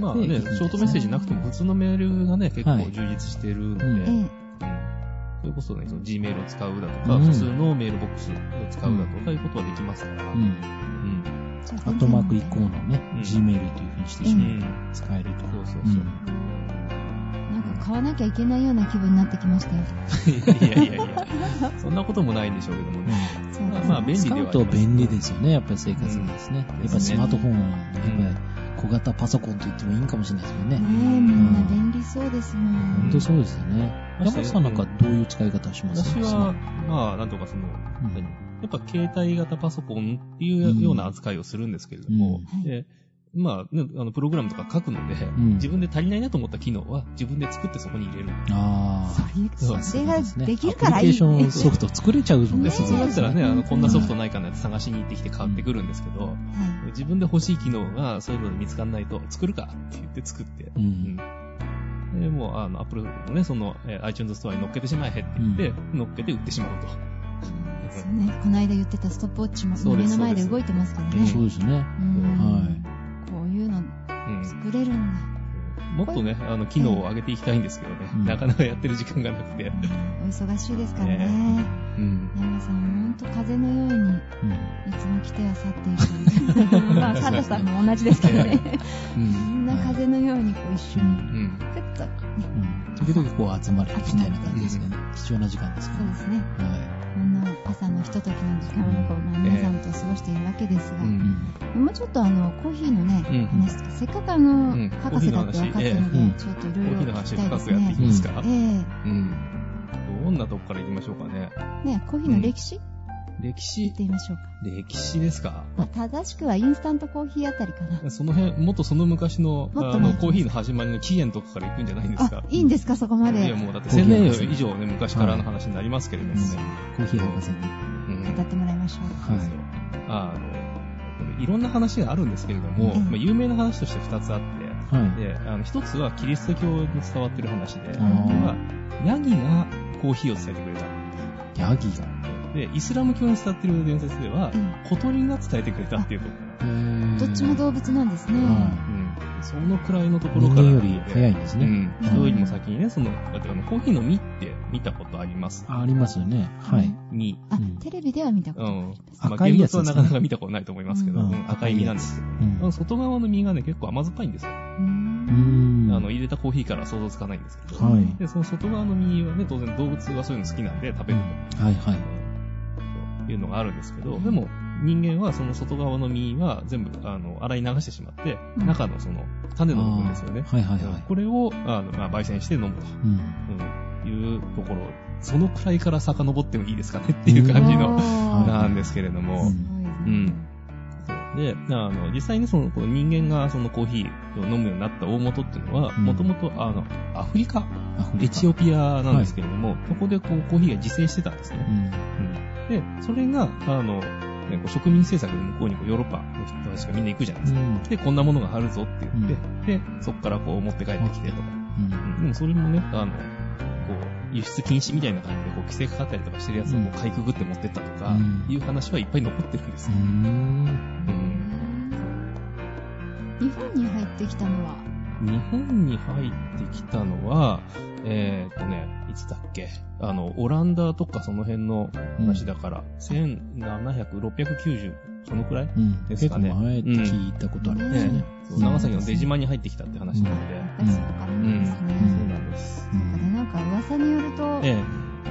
Speaker 2: まあね、シ
Speaker 3: で
Speaker 2: ョートメッセージなくても普通のメールがね、結
Speaker 3: は
Speaker 2: 構
Speaker 3: い
Speaker 2: 充実してるので、
Speaker 3: うん
Speaker 1: ええ
Speaker 2: それこそね、その G メールを使うだとか、
Speaker 3: うん
Speaker 2: 普通のメールボックスを使うだとかいうことはできますから、
Speaker 3: うん、
Speaker 2: うん
Speaker 1: じゃあ
Speaker 3: アットマーク以降のね、
Speaker 2: うん
Speaker 3: Gmail というふうにして
Speaker 1: う
Speaker 3: し
Speaker 2: うん
Speaker 3: ま
Speaker 2: ん
Speaker 3: う使えると。
Speaker 2: そうそうそう。
Speaker 1: なんか買わなきゃいけないような気分になってきましたよ
Speaker 2: いやいやいや、そんなこともないんでしょうけどもね。
Speaker 1: そう
Speaker 2: まあまあ、便利で
Speaker 3: 使
Speaker 2: はあり
Speaker 3: う
Speaker 2: ます
Speaker 3: と便利ですよね、やっぱり生活にですね。
Speaker 2: うん
Speaker 3: やっぱりスマートフォン、
Speaker 2: うん
Speaker 3: やっぱり小型パソコンと言ってもいいかもしれないですけどね。
Speaker 1: ねえみんな便利そうですもん、
Speaker 3: 本当そうですよね。
Speaker 2: うん
Speaker 3: 山本さんなんかどういう使い方します
Speaker 2: 私
Speaker 3: か
Speaker 2: は、まあ、なんとかその、
Speaker 3: ん
Speaker 2: やっぱ携帯型パソコンっていうような扱いをするんですけれども、
Speaker 1: うん
Speaker 2: でまあ、ね、あの、プログラムとか書くので、
Speaker 3: ん
Speaker 2: 自分で足りないなと思った機能は自分で作ってそこに入れる。
Speaker 3: ああ。
Speaker 1: そういう
Speaker 2: そう
Speaker 1: それができる
Speaker 3: ア
Speaker 1: か
Speaker 3: プ
Speaker 1: らいい
Speaker 3: リケーションソフト作れちゃうの
Speaker 1: ね
Speaker 3: で
Speaker 1: え
Speaker 2: で、
Speaker 3: す
Speaker 2: 普
Speaker 3: ね
Speaker 2: 通だったらね、あの、こんなソフトないかなって探しに行ってきて買ってくるんですけど、
Speaker 1: は
Speaker 2: 自分で欲しい機能がそういうので見つかんないと、作るかって言って作って、
Speaker 3: うん
Speaker 2: うんで、もう、あの、Apple のね、その、えー iTunes ストアに乗っけてしまえって言って、乗っけて売ってしまうと。
Speaker 1: いそうね、この間言ってたストップウォッチも
Speaker 2: そう
Speaker 1: 目
Speaker 2: です
Speaker 1: の前で動いてますから
Speaker 2: う
Speaker 1: ね
Speaker 2: ん
Speaker 3: そうですね。
Speaker 1: うん
Speaker 3: は
Speaker 1: こういうの
Speaker 2: うん
Speaker 1: 作れるん
Speaker 2: もっとね、あの、機能を上げていきたいんですけどね、
Speaker 3: うん
Speaker 2: なかなかやってる時間がなくて。
Speaker 1: だ。お忙しいですからね。
Speaker 2: ねうん。
Speaker 1: 山さん、ほんと風のように、
Speaker 3: うん
Speaker 1: いつも来ては去っていく。 まあ、サダさんも同じですけどね。
Speaker 3: う
Speaker 1: み
Speaker 3: ん
Speaker 1: んな風のように、こう一緒
Speaker 3: う
Speaker 1: に、
Speaker 3: ん
Speaker 2: うん。
Speaker 1: ふっと、ね。
Speaker 3: うん時々こう集まるみたいな感じですかね。貴重な時間ですか
Speaker 1: そう
Speaker 3: ね
Speaker 1: で。すね。
Speaker 3: は
Speaker 1: こんな朝のひとときの時間をこう、まあ皆さんと過ごしているわけですが、
Speaker 2: う。
Speaker 3: い。うんん
Speaker 1: もうちょっとあの、コーヒーのね、
Speaker 2: うん
Speaker 1: 話とか、せっかくあ
Speaker 2: うん
Speaker 1: の、博士だって分かったの
Speaker 3: コーヒーの話ええうん
Speaker 1: で、ちょっとい
Speaker 2: コ
Speaker 1: ろ
Speaker 2: ーヒ
Speaker 1: いろ
Speaker 2: ーの
Speaker 1: 聞
Speaker 2: 話
Speaker 1: き
Speaker 2: を
Speaker 1: たい
Speaker 2: 深
Speaker 1: で
Speaker 2: く
Speaker 1: す
Speaker 2: やってい
Speaker 1: ね
Speaker 2: き。ますか、
Speaker 1: え
Speaker 2: うん。どんなとこから行きましょうかね。
Speaker 1: えねコーヒーの歴史、
Speaker 2: 歴
Speaker 1: 聞い
Speaker 2: 史
Speaker 1: てみましょうか。
Speaker 2: 歴史ですか
Speaker 1: まあ正しくはインスタントコーヒーあたりかな。
Speaker 2: その辺、もっとその昔
Speaker 1: も
Speaker 2: の、
Speaker 1: っと前
Speaker 2: あの、コーヒーの始まりの起源とかから行くんじゃないんです
Speaker 1: あ
Speaker 2: か、
Speaker 1: いいんですか、そこま
Speaker 2: いや、
Speaker 1: で。
Speaker 2: もうだって
Speaker 3: コー
Speaker 2: 1000
Speaker 3: ヒーの話
Speaker 2: 年以上ね、昔からの話になりますけれどもね。
Speaker 3: コーヒー博士に。
Speaker 2: うん
Speaker 1: 語ってもらいましょう。
Speaker 2: そうですよ。あの、いろんな話があるんですけれども、
Speaker 1: うん
Speaker 2: まあ、有名な話として2つあって、
Speaker 3: はい。
Speaker 2: で、あの、一つはキリスト教に伝わってる話で、これ
Speaker 3: あー
Speaker 2: は、ヤギがコーヒーを伝えてくれた。
Speaker 3: ヤギが。
Speaker 2: で、イスラム教に伝わってる伝説では
Speaker 1: うん、
Speaker 2: 小鳥が伝えてくれたっていうところ。
Speaker 1: どっちも動物なんですね。
Speaker 3: は
Speaker 2: うん。そのくらいのとこ
Speaker 3: い。
Speaker 2: ろ
Speaker 3: 人
Speaker 2: から。
Speaker 3: 間より早いんです
Speaker 2: う
Speaker 3: ね。
Speaker 2: ん。人よりも先にね、その、だってあの、コーヒーの実って見たことあります
Speaker 3: ありますよね。はい。
Speaker 2: 実。
Speaker 1: あ、
Speaker 3: うん
Speaker 1: テレビでは見たこと
Speaker 2: う
Speaker 1: があり
Speaker 2: ん。まあ、
Speaker 3: 赤
Speaker 2: 現
Speaker 3: いやつ
Speaker 2: 物はなかなか見たことないと思いますけど、
Speaker 3: うん
Speaker 2: うん赤い実なんですけど
Speaker 3: うん
Speaker 2: あの外側の実がね、結構甘酸っぱいんですよ。
Speaker 1: う
Speaker 3: うんん
Speaker 2: あの、入れたコーヒーから想像つかないんですけど。
Speaker 3: はい。
Speaker 2: で、その外側の実はね、当然動物がそういうの好きなんで食べる
Speaker 3: はいはい。
Speaker 2: というのがあるんですけど、でも人間はその外側の実は全部、あの、洗い流してしまって、
Speaker 1: うん
Speaker 2: 中のその種の部分ですよね
Speaker 3: あ。ーはいはいはい
Speaker 2: これを、あの、まあ、焙煎して飲むと。
Speaker 3: うん。
Speaker 2: うんいうところ、そのくらいから遡ってもいいですかねっていう感じの、
Speaker 1: おー
Speaker 2: なんですけれど
Speaker 1: す。ご
Speaker 2: も
Speaker 1: いですね
Speaker 2: うんで、あの、実際にその、この人間がそのコーヒーを飲むようになった大元っていうのは、
Speaker 3: うん
Speaker 2: もともと、あの、アフリカ、
Speaker 3: アフ
Speaker 2: エ
Speaker 3: リカ
Speaker 2: チオピアなんですけれども、そこでこう、コーヒーが自生してたんです
Speaker 3: う
Speaker 2: ね。
Speaker 3: ん。
Speaker 2: で、それが、あの、ねこう植民政策で向こうにこうヨーロッパの人たちがみんな行くじゃないですか。
Speaker 3: うん
Speaker 2: で、こんなものがあるぞって言って、で、そこからこう持って帰ってきてとか。
Speaker 3: うん
Speaker 2: うんでもそれもね、あの、こう、輸出禁止みたいな感じで、こう、規制かかったりとかしてるやつをこ
Speaker 3: うん
Speaker 2: うかいくぐって持ってったとか
Speaker 3: うん、
Speaker 2: いう話はいっぱい残ってるんです
Speaker 3: う
Speaker 2: よ。う
Speaker 3: ん
Speaker 2: ん
Speaker 1: 日本に入ってきたのは、
Speaker 2: 日本に入ってきたのは、えーっとね、いつだっけあの、オランダとかその辺の話だから、1700、690、そのくらい
Speaker 3: うん
Speaker 2: です
Speaker 3: 結
Speaker 2: か
Speaker 3: 構
Speaker 2: ね
Speaker 3: 前って聞いたことあります
Speaker 2: ね。
Speaker 3: ねうん
Speaker 2: 長崎の出島に入ってきたって話なので、
Speaker 1: やっぱりそうかもですね。
Speaker 2: そうなんです。
Speaker 3: うん
Speaker 1: でなんか噂によると、
Speaker 2: ええ、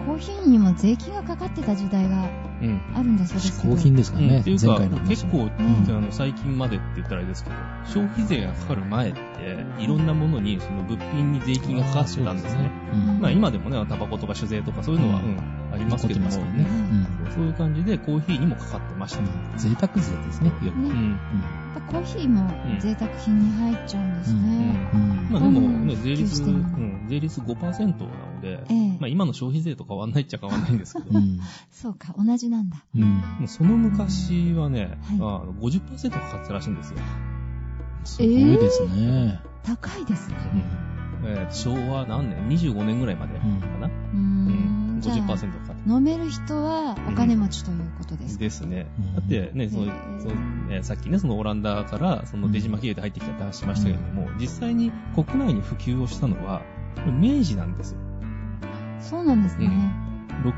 Speaker 1: コーヒーにも税金がかかってた時代が
Speaker 2: うん。
Speaker 1: あるんだそうです
Speaker 3: 嗜
Speaker 1: けど。
Speaker 3: 好品ですか
Speaker 2: うん
Speaker 3: ね
Speaker 2: ってい。う
Speaker 3: 前
Speaker 2: か
Speaker 3: 回の、話
Speaker 2: 結
Speaker 3: も。
Speaker 2: 構、
Speaker 1: ん
Speaker 2: あの最近までって言ったらあれですけど、消費税がかかる前って、いろんなものに、その物品に税金がかかってたんですね。
Speaker 3: うん。
Speaker 2: まあ今でもね、タバコとか酒税とかそういうのは、
Speaker 3: う
Speaker 2: うんありますけど
Speaker 3: 残
Speaker 2: も、
Speaker 3: ってね。
Speaker 2: そういう感じでコーヒーにもかかってました
Speaker 3: う
Speaker 2: と。
Speaker 3: ん贅沢税ですね。いわゆる
Speaker 2: う
Speaker 1: ね
Speaker 2: ん。
Speaker 1: やっぱコーヒーも贅沢品に入っちゃうんです
Speaker 2: う
Speaker 1: ね。
Speaker 2: ん。
Speaker 3: うん
Speaker 2: まあでもね、税率、
Speaker 1: う
Speaker 2: うんん、税率5%なので、
Speaker 1: ええ
Speaker 2: まあ今の消費税と変わんないっちゃ変わんないんですけど、
Speaker 3: う
Speaker 2: も
Speaker 3: ん
Speaker 1: そうか、同じなんだ。
Speaker 3: うん
Speaker 2: うその昔はね、
Speaker 1: はい
Speaker 2: あの50%かかってたらしいんですよ。
Speaker 3: すごいですね。
Speaker 1: 高いですね。
Speaker 2: えー昭和何年 ?25 年ぐらいまでかな、
Speaker 1: うー
Speaker 2: うん
Speaker 1: ん。じゃ
Speaker 2: 50%
Speaker 1: あ
Speaker 2: かかってた。
Speaker 1: 飲める人はお金持ちということですか。
Speaker 2: ですね
Speaker 3: うん。
Speaker 2: だってね、その
Speaker 1: へー
Speaker 2: そのえーさっきね、そのオランダからその出島経由で入ってきたって話しましたけれども、実際に国内に普及をしたのは、明治なんですよ。
Speaker 1: そうなんですね。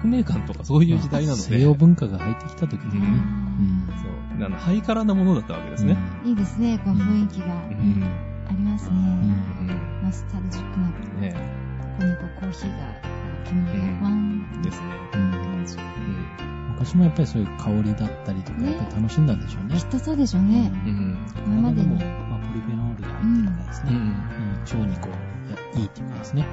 Speaker 2: 鹿鳴館とかそういう時代なので、
Speaker 3: 西洋文化が入ってきた時
Speaker 2: う
Speaker 3: に
Speaker 2: ん
Speaker 3: ね。うん
Speaker 2: そうあのハイカラなものだったわけですね。
Speaker 1: いいですね、こう雰囲気が
Speaker 2: う
Speaker 1: あ
Speaker 3: うんん
Speaker 1: ります
Speaker 3: う
Speaker 1: ね。
Speaker 3: ん
Speaker 1: ノスタルジックな、こ
Speaker 2: ね
Speaker 1: こにこうコーヒーが、煙がワンって
Speaker 2: ですね。
Speaker 3: うん
Speaker 1: 感じ。
Speaker 2: うん
Speaker 3: 昔もやっぱりそういう香りだったりとか、
Speaker 1: ね
Speaker 3: やっぱり楽しんだんでしょうね
Speaker 1: き。っとそうでしょうね。
Speaker 2: うん
Speaker 1: 今まで
Speaker 3: も、
Speaker 1: に。
Speaker 3: まあ、ポリフェノールが入ってるからです
Speaker 2: う
Speaker 3: ね、
Speaker 2: ん
Speaker 3: うん腸にこう、いいっていうかですね、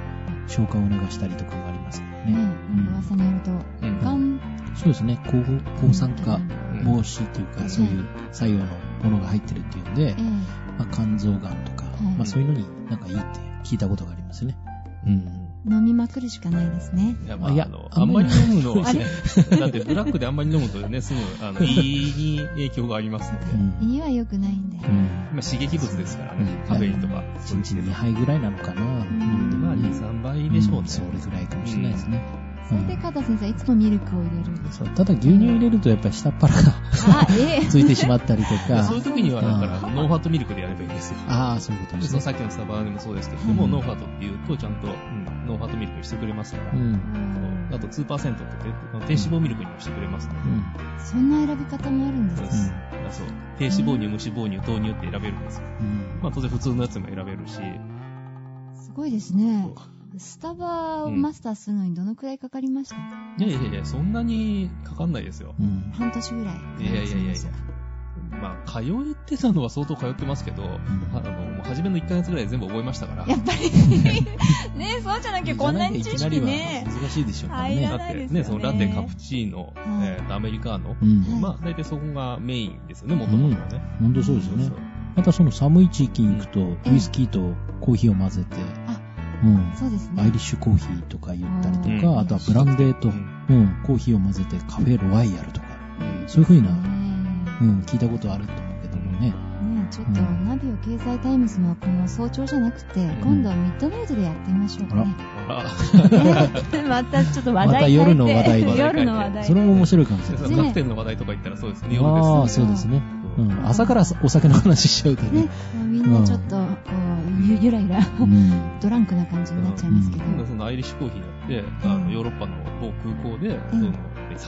Speaker 3: 消化を促したりとかもありますから
Speaker 1: ね、
Speaker 3: ね。
Speaker 1: なんか噂によると、
Speaker 2: うん
Speaker 1: ガン、
Speaker 3: そうですね、抗抗酸化防止という
Speaker 2: う
Speaker 3: か、
Speaker 2: ん
Speaker 3: そういう作用のものが入ってるっていうんで
Speaker 1: え、
Speaker 3: まあ、肝臓がんとか、
Speaker 1: い
Speaker 3: まあそういうのになんかいいって聞いたことがありますね。うん。
Speaker 1: え飲みまくるしかないですね。
Speaker 2: いや、まあ、
Speaker 3: いや
Speaker 2: あの、
Speaker 3: あ
Speaker 2: あ
Speaker 3: ん
Speaker 2: ん
Speaker 3: ま
Speaker 2: ま
Speaker 3: り
Speaker 2: り飲むの
Speaker 1: あ
Speaker 2: はね、だってブラックであんまり飲むとね、すぐ、あの、胃に影響がありますので、
Speaker 3: うん。
Speaker 1: 胃は良くないんで。
Speaker 3: うん。
Speaker 2: まあ、刺激物ですから
Speaker 3: うん
Speaker 2: ね、カフェインとか。
Speaker 3: 1日2杯ぐらいなのか
Speaker 1: ん
Speaker 3: な。飲んで
Speaker 2: まあ、2、3倍でしょうね。
Speaker 3: んそれぐらいかもしれないですね。
Speaker 1: それで加藤先生はいつもミルクを入れるんです。
Speaker 3: そうただ牛乳入れるとやっぱり下っ腹が
Speaker 1: あ、ええ
Speaker 3: ついてしまったりと
Speaker 2: で
Speaker 3: か
Speaker 2: そうい、う時には、だから、ノーハートミルクでやればいいんですよ。
Speaker 3: ああ、そういうことで
Speaker 2: ですその
Speaker 3: ね。
Speaker 2: さっきのサバでもそうですけど、
Speaker 1: うん
Speaker 2: もうノーハートっていうと、ちゃんと、うんノーハートミルクにしてくれますから、
Speaker 3: う。
Speaker 2: そうんあと2%って、低脂肪ミルクにもしてくれますので、
Speaker 3: うん。
Speaker 1: そんな選び方もあるんです
Speaker 2: そう
Speaker 1: ね。
Speaker 2: ですあそう低脂肪乳、無脂肪乳、豆乳って選べるんですよ。
Speaker 3: うん
Speaker 2: まあ当然普通のやつも選べるし、
Speaker 1: すごいですね。スタバをマスターするのにどのくらいかかりました、
Speaker 2: いやいやいや、そんなにかかんないですよ。
Speaker 3: うん。
Speaker 1: 半年ぐらい。
Speaker 2: いやいやいやいや。まあ、通ってたのは相当通ってますけど、あの、もう初めの1ヶ月ぐらいで全部覚えましたから。
Speaker 1: やっぱり、ねそうじゃなきゃこんなに知識ね
Speaker 3: いきなり。は難しいでしょうから
Speaker 1: 入ら
Speaker 3: ね。
Speaker 1: な
Speaker 2: だって
Speaker 1: いですよね
Speaker 2: ね、そのラテ、カプチーノ、
Speaker 1: うん
Speaker 2: えーとアメリカーノ、
Speaker 3: うん。
Speaker 2: まあ、大体そこがメインですよね、もともとはね。
Speaker 3: 本当そうですよね。またその寒い地域に行くと、ウイスキーとコーヒーを混ぜて、うん。
Speaker 1: そうですね。
Speaker 3: アイリッシュコーヒーとか言ったりとか、
Speaker 2: うん
Speaker 3: あとはブランデーと、
Speaker 2: う
Speaker 3: うんん、コーヒーを混ぜてカフェロワイヤルとか、
Speaker 2: うん
Speaker 3: そういう風
Speaker 1: ね
Speaker 3: な、うん、聞いたことあると思うけどもね。
Speaker 1: ねちょっと、
Speaker 3: うん
Speaker 1: ナビオ経済タイムズのこの早朝じゃなくて、今度はミッドナイトでやってみましょうかね。
Speaker 2: あ
Speaker 1: ね またちょっと話題変えて
Speaker 3: また夜の話題で
Speaker 1: 夜の話題
Speaker 3: それも面白い感じ
Speaker 2: で
Speaker 3: です
Speaker 2: そ
Speaker 3: ね。
Speaker 2: のカクテルの話題とか言ったらそうですね、夜です、ね。
Speaker 3: ああ、そうですね。
Speaker 2: う
Speaker 3: うんん、朝からお酒の話しちゃうと
Speaker 1: ね
Speaker 3: ね。、
Speaker 1: みんなちょっと、こう、ゆゆらゆら、
Speaker 3: うん。
Speaker 1: ドランクな感じになっちゃいますけど。
Speaker 2: 今度はそのアイリッシュコーヒーだって、あのヨーロッパの某空港で、その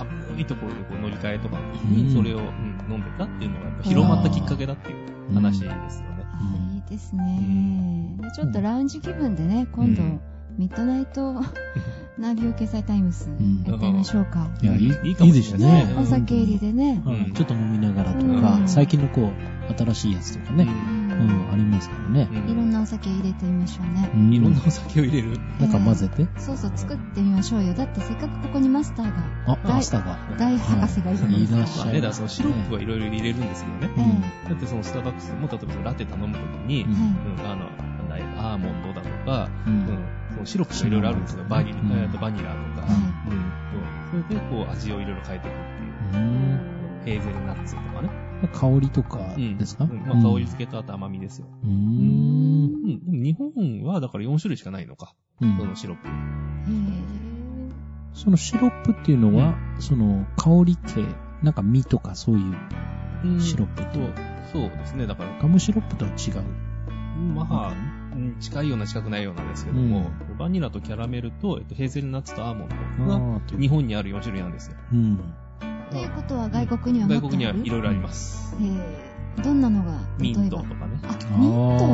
Speaker 2: 寒いところでこう乗り換えとか
Speaker 3: う
Speaker 2: に
Speaker 3: ん
Speaker 2: それを、うん飲んでたっていうのがやっぱ広まったきっかけだっていう話ですよね。
Speaker 1: あーいいですね、でちょっとラウンジ気分でね、今度、
Speaker 2: うん
Speaker 1: ミッドナイトナビオ掲載タイムス
Speaker 3: ん
Speaker 1: やってみましょうか。
Speaker 3: いや、いい、
Speaker 2: いいかもし
Speaker 3: で
Speaker 2: れ
Speaker 3: す
Speaker 2: ない
Speaker 3: ね
Speaker 1: ね。、お酒入りでね。
Speaker 3: うん
Speaker 2: うん
Speaker 3: ちょっと飲みながらと
Speaker 1: う
Speaker 3: か、
Speaker 1: ん
Speaker 3: 最近のこう、新しいやつとかね、
Speaker 1: うん
Speaker 3: うん、ありますからね。
Speaker 1: いろんなお酒入れてみましょうね。
Speaker 3: うん
Speaker 2: いろんなお酒を入れる。
Speaker 3: なんか混ぜて。
Speaker 1: そうそう、作ってみましょうよ。だってせっかくここにマスターが、
Speaker 3: あ、パスタが。
Speaker 1: 大博士がいるんです
Speaker 3: いらっ
Speaker 2: ま
Speaker 3: し
Speaker 2: あ
Speaker 3: ゃ
Speaker 2: ね、
Speaker 3: い
Speaker 2: だから
Speaker 3: ま
Speaker 2: そ
Speaker 3: す
Speaker 2: の
Speaker 3: ね
Speaker 2: シロップはいろいろ入れるんですけどね。
Speaker 1: え
Speaker 3: う
Speaker 2: だ
Speaker 3: ん
Speaker 2: ってそのスターバックスも、例えばそのラテ頼むときに、
Speaker 3: うん
Speaker 2: うんあの、なんだいアーモンドだとか、
Speaker 3: う
Speaker 2: うんん、そのシロップがいろいろあるんですよ。バニラ、
Speaker 3: うん
Speaker 2: えーとバニラと
Speaker 1: は
Speaker 2: か、うん、それでこう味をいろいろ変えていくっていう。
Speaker 3: うん
Speaker 2: ヘーゼルナッツとかね。
Speaker 3: 香りとかですか、
Speaker 2: う
Speaker 3: うんん
Speaker 2: まあ、香り付けとあと甘みですよ。
Speaker 3: うーん。
Speaker 2: うん。でも日本はだから4種類しかないのか。
Speaker 3: う
Speaker 2: そ
Speaker 3: ん
Speaker 2: のシロップ。
Speaker 1: い。へ
Speaker 3: そのシロップっていうのは、その香り系、なんか実とかそういう
Speaker 2: うん
Speaker 3: シロップって
Speaker 2: そ
Speaker 3: いうう。
Speaker 2: そうですね。だから、
Speaker 3: ガムシロップとは違う。
Speaker 2: まあ、うん近いような近くないようなですけども、バニラとキャラメルと、えっと、ヘーゼルナッツとアーモンドが
Speaker 3: あーという
Speaker 2: 日本にある4種類なんですよ。
Speaker 3: うん。
Speaker 1: ーということは外国には持
Speaker 2: 外
Speaker 1: って
Speaker 2: 国に
Speaker 1: あ
Speaker 2: は
Speaker 1: る
Speaker 2: いろいろあります。
Speaker 1: えーどんなのが例
Speaker 2: ミ
Speaker 1: え
Speaker 2: ント
Speaker 1: ば
Speaker 2: とかね。
Speaker 1: あ、ミント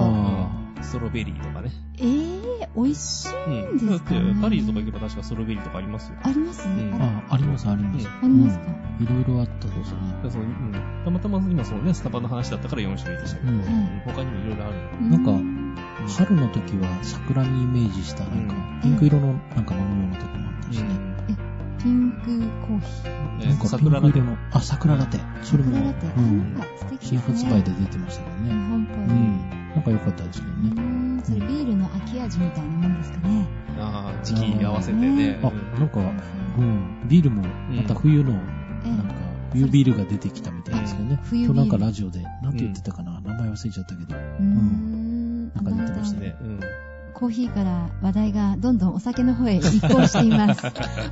Speaker 3: あ
Speaker 2: ストロベリーとかね。
Speaker 1: えー、美味しい
Speaker 2: うん
Speaker 1: です
Speaker 2: だって
Speaker 1: かね、
Speaker 2: パリとか行けば確かストロベリーとかありますよ。
Speaker 1: あります、
Speaker 2: ん
Speaker 1: あ
Speaker 3: ー
Speaker 1: ら
Speaker 3: あ、ありますあります。
Speaker 2: う
Speaker 1: ありますか、
Speaker 3: いろいろあったですね。
Speaker 2: だからそのうんたまたま今そのね、スタバの話だったから4種類でしたけど、
Speaker 3: うん
Speaker 2: うん他にもいろいろあるの。
Speaker 1: う
Speaker 3: なんか
Speaker 2: うん
Speaker 3: 春の時は桜にイメージしたなんか
Speaker 1: うん
Speaker 3: ピンク色のなんか飲むようなとこもあったしね。
Speaker 1: ピンクコーヒー。
Speaker 2: え
Speaker 3: な
Speaker 2: ー
Speaker 3: んかピン
Speaker 2: 桜
Speaker 3: ク
Speaker 2: の
Speaker 3: 色の、あ、桜ラテ。それ
Speaker 1: 桜
Speaker 3: も、
Speaker 1: ラテ。
Speaker 3: う
Speaker 1: あなん
Speaker 3: ん、
Speaker 1: か素敵ですね。
Speaker 3: 新発売で出てましたけど
Speaker 1: 日
Speaker 3: ね。
Speaker 1: 本っぽい。
Speaker 3: う。
Speaker 1: うん
Speaker 3: なんか良かったですけどね。
Speaker 1: ーんそれビールの秋味みたいなもんですかね。
Speaker 2: ああ、時期に合わせてね。
Speaker 3: あ、
Speaker 2: うん
Speaker 3: なんか、うん、ビールも、また冬の、なんか、冬ビールが出てきたみたいですけどね。
Speaker 1: 冬ビール
Speaker 3: 今日なんかラジオで、なんて言ってたかな、名前忘れちゃったけど。
Speaker 1: うーん。
Speaker 3: なんか出てました
Speaker 2: ね、うん。
Speaker 1: だんだんコーヒーから話題がどんどんお酒の方へ移行してい ます。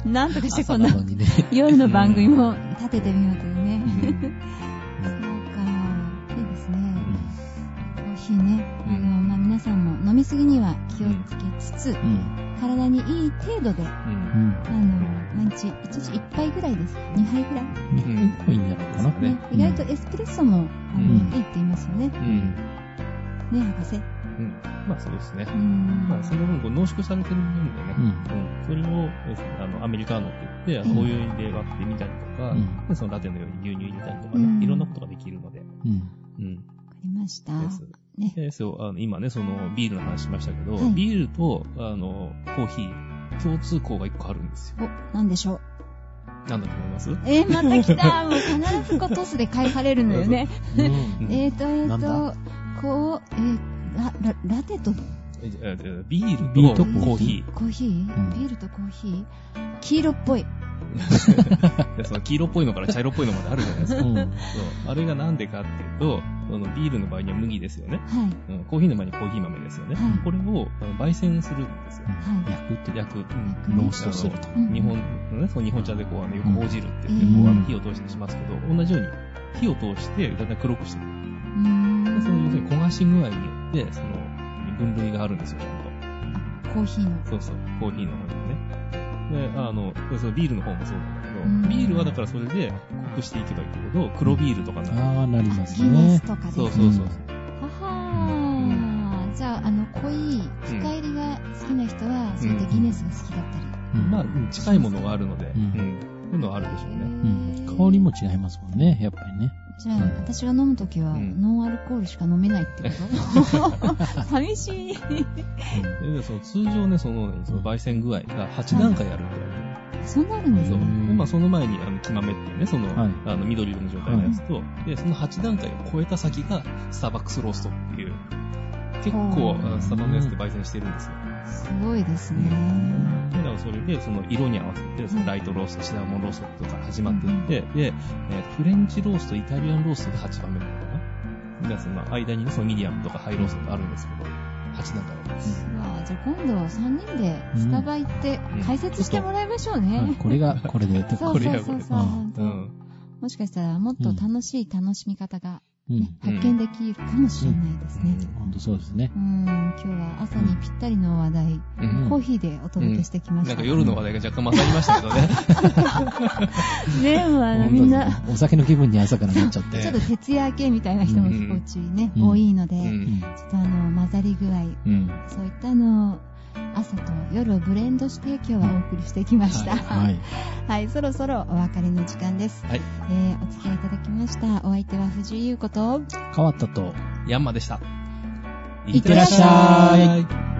Speaker 1: なんとかしてこんな
Speaker 3: 朝晩にね。
Speaker 1: 夜の番組も立ててみようというね。
Speaker 3: う
Speaker 1: そうんか。いいですね。コーヒーね。あの、まあ、皆さんも飲みすぎには気をつけつつ、
Speaker 3: うん。
Speaker 1: 体にいい程度で、
Speaker 2: う。
Speaker 3: うんん
Speaker 1: あの、毎日1日1杯ぐらいです。2杯ぐらい。
Speaker 3: 日本っぽいんじゃないかな。
Speaker 2: ね
Speaker 1: ね、意外とエスプレッソも、あの
Speaker 3: うん
Speaker 1: いいって言いますよね。
Speaker 2: うん。
Speaker 1: ね、博士。う
Speaker 2: うん。まあそうですね
Speaker 1: ー。ん。
Speaker 2: まあその分こう濃縮されてるんでね
Speaker 3: う。ん。
Speaker 2: うん。それを、えあの、アメリカーノって言って、あ
Speaker 1: うん
Speaker 2: のお湯で割ってみたりとか
Speaker 3: う、ん。
Speaker 2: でそのラテのように牛乳入れたりとか
Speaker 1: うん
Speaker 2: ね、いろんなことができるので。
Speaker 3: うん。
Speaker 2: う
Speaker 1: わ
Speaker 2: ん。
Speaker 1: かりました。
Speaker 2: です。
Speaker 1: ね。
Speaker 2: で、そう、あの、今ね、そのビールの話しましたけど
Speaker 1: は、い
Speaker 2: ビールと、あの、コーヒー、共通項が一個あるんですよ。
Speaker 1: お、なんでしょう。
Speaker 2: なんだと思います
Speaker 1: えー、また来た。もう必ずこうトスで返されるのよね。
Speaker 3: うん
Speaker 2: うん
Speaker 1: えーと、え
Speaker 3: なん
Speaker 1: ー
Speaker 3: だ
Speaker 1: と、こう、えー、ラ、ラ、ラテと
Speaker 2: えじゃあえじゃあビー
Speaker 3: ビー
Speaker 2: ル
Speaker 3: ル
Speaker 2: と
Speaker 3: と
Speaker 2: コ
Speaker 3: コ
Speaker 2: ー
Speaker 3: ー
Speaker 2: ヒ
Speaker 3: ヒ
Speaker 1: コーヒー、
Speaker 3: うん
Speaker 1: ビールとコーヒー黄色っぽい。
Speaker 2: ー。でその黄色っぽいのから茶色っぽいのまであるじゃないです
Speaker 3: う
Speaker 2: か。
Speaker 3: ん。
Speaker 2: そうあれがなんでかっていうと、そのビールの場合には麦ですよね。
Speaker 1: はい。
Speaker 2: うん、コーヒーの場合にはコーヒー豆ですよね。
Speaker 1: はい
Speaker 2: これをあの焙煎するんですよ。
Speaker 1: は
Speaker 3: 焼くっていうか
Speaker 2: 焼く。
Speaker 1: うん
Speaker 3: ローストすると。
Speaker 1: うん
Speaker 2: 日本のね、そう日本茶でこう、あの、よくほうじるって言って、
Speaker 1: うん
Speaker 2: こう、あの、火を通してしますけど、同じように、火を通して、だんだん黒くしていくる。
Speaker 1: い。うーん
Speaker 2: その、要するに焦がし具合によって、その、分類があるんですよ、ちゃんと。
Speaker 1: コーヒーの。
Speaker 2: そうそう、コーヒーの方にもね。で、あの、そのビールの方もそうなんだけど、
Speaker 1: うん
Speaker 2: ビールはだからそれで濃くしていけばいいけど、黒ビールとかになる。
Speaker 3: ああ、なりま
Speaker 1: あ
Speaker 3: す
Speaker 1: ギネ
Speaker 3: ね
Speaker 1: ス。とかです
Speaker 2: そう
Speaker 1: ね。
Speaker 2: そうそう。
Speaker 1: ははー。じゃあ、あの、濃い、深入りが好きな人は、そういったギネスが好きだったり。
Speaker 3: うん
Speaker 2: まあ、うん近いものはあるので、う
Speaker 3: うんん。
Speaker 2: そういうのはあるでしょうね。
Speaker 3: うん
Speaker 1: へー
Speaker 3: 香りも違いますもんね、やっぱりね。
Speaker 1: じゃあ、私が飲むときは、
Speaker 2: うん
Speaker 1: ノンアルコールしか飲めないってこと寂しい。
Speaker 2: ででその通常ね、その、その焙煎具合が8段階あるんだよね。
Speaker 1: そんなあるんです
Speaker 2: そう。
Speaker 1: ね。
Speaker 2: で、
Speaker 3: ん
Speaker 2: まあ、その前に、あの、木豆っていうね、その、
Speaker 3: はい
Speaker 2: あの、緑色の状態のやつと、で、その8段階を超えた先が、スターバックスローストっていう、結構、
Speaker 1: うん
Speaker 2: あのスタバのやつで焙煎してるんですよ。
Speaker 1: すごいですね。
Speaker 2: でだからそれで、その色に合わせて、そのライトロースト、シナモンローストとか始まっていって、で、えーフレンチロースト、イタリアンローストが8番目なのかな。で、その間にね、そのミディアムとかハイローストがあるんですけど、8段階あります。
Speaker 1: うわじゃあ今度は3人でスタバ行って
Speaker 2: うん
Speaker 1: 解説してもらいましょう
Speaker 3: はい
Speaker 1: ね。
Speaker 3: これが、これで、
Speaker 1: そ
Speaker 3: とか
Speaker 1: う
Speaker 2: こ
Speaker 1: そう
Speaker 2: れ
Speaker 1: そ
Speaker 2: や
Speaker 1: うそう
Speaker 2: これ
Speaker 1: 本当
Speaker 2: うん。
Speaker 1: もしかしたらもっと楽しい楽しみ方が、ね
Speaker 2: う
Speaker 3: うん。
Speaker 2: ん
Speaker 1: 発見できるかもしれないですね。
Speaker 3: ほんとそうですね。
Speaker 1: うん、今日は朝にぴったりの話題、
Speaker 2: うん
Speaker 3: ん
Speaker 1: コーヒーでお届けしてきま
Speaker 2: な
Speaker 1: し
Speaker 2: ん
Speaker 1: た。
Speaker 2: か夜の話題が若干混ざりましたけどね。
Speaker 1: ね、まあ
Speaker 3: ほと
Speaker 1: みんな、
Speaker 3: お酒の気分に朝からなっちゃって。
Speaker 1: ちょっと徹夜明けみたいな人も結構うちね、
Speaker 3: うん
Speaker 1: 多いので、
Speaker 2: う
Speaker 1: ち
Speaker 2: ん。
Speaker 1: ょっとあの、混ざり具合、
Speaker 3: うん。
Speaker 1: そういったのを朝と夜をブレンドして今日はお送りしてきました。
Speaker 3: はい。
Speaker 1: はい、そろそろお別れの時間です。
Speaker 2: はい。
Speaker 1: えー、お付き合いいただきました。お相手は藤井優子と、
Speaker 3: 変わったと。
Speaker 2: ヤンマでした。
Speaker 1: いってらっしゃ
Speaker 3: い
Speaker 2: いってらっしゃい。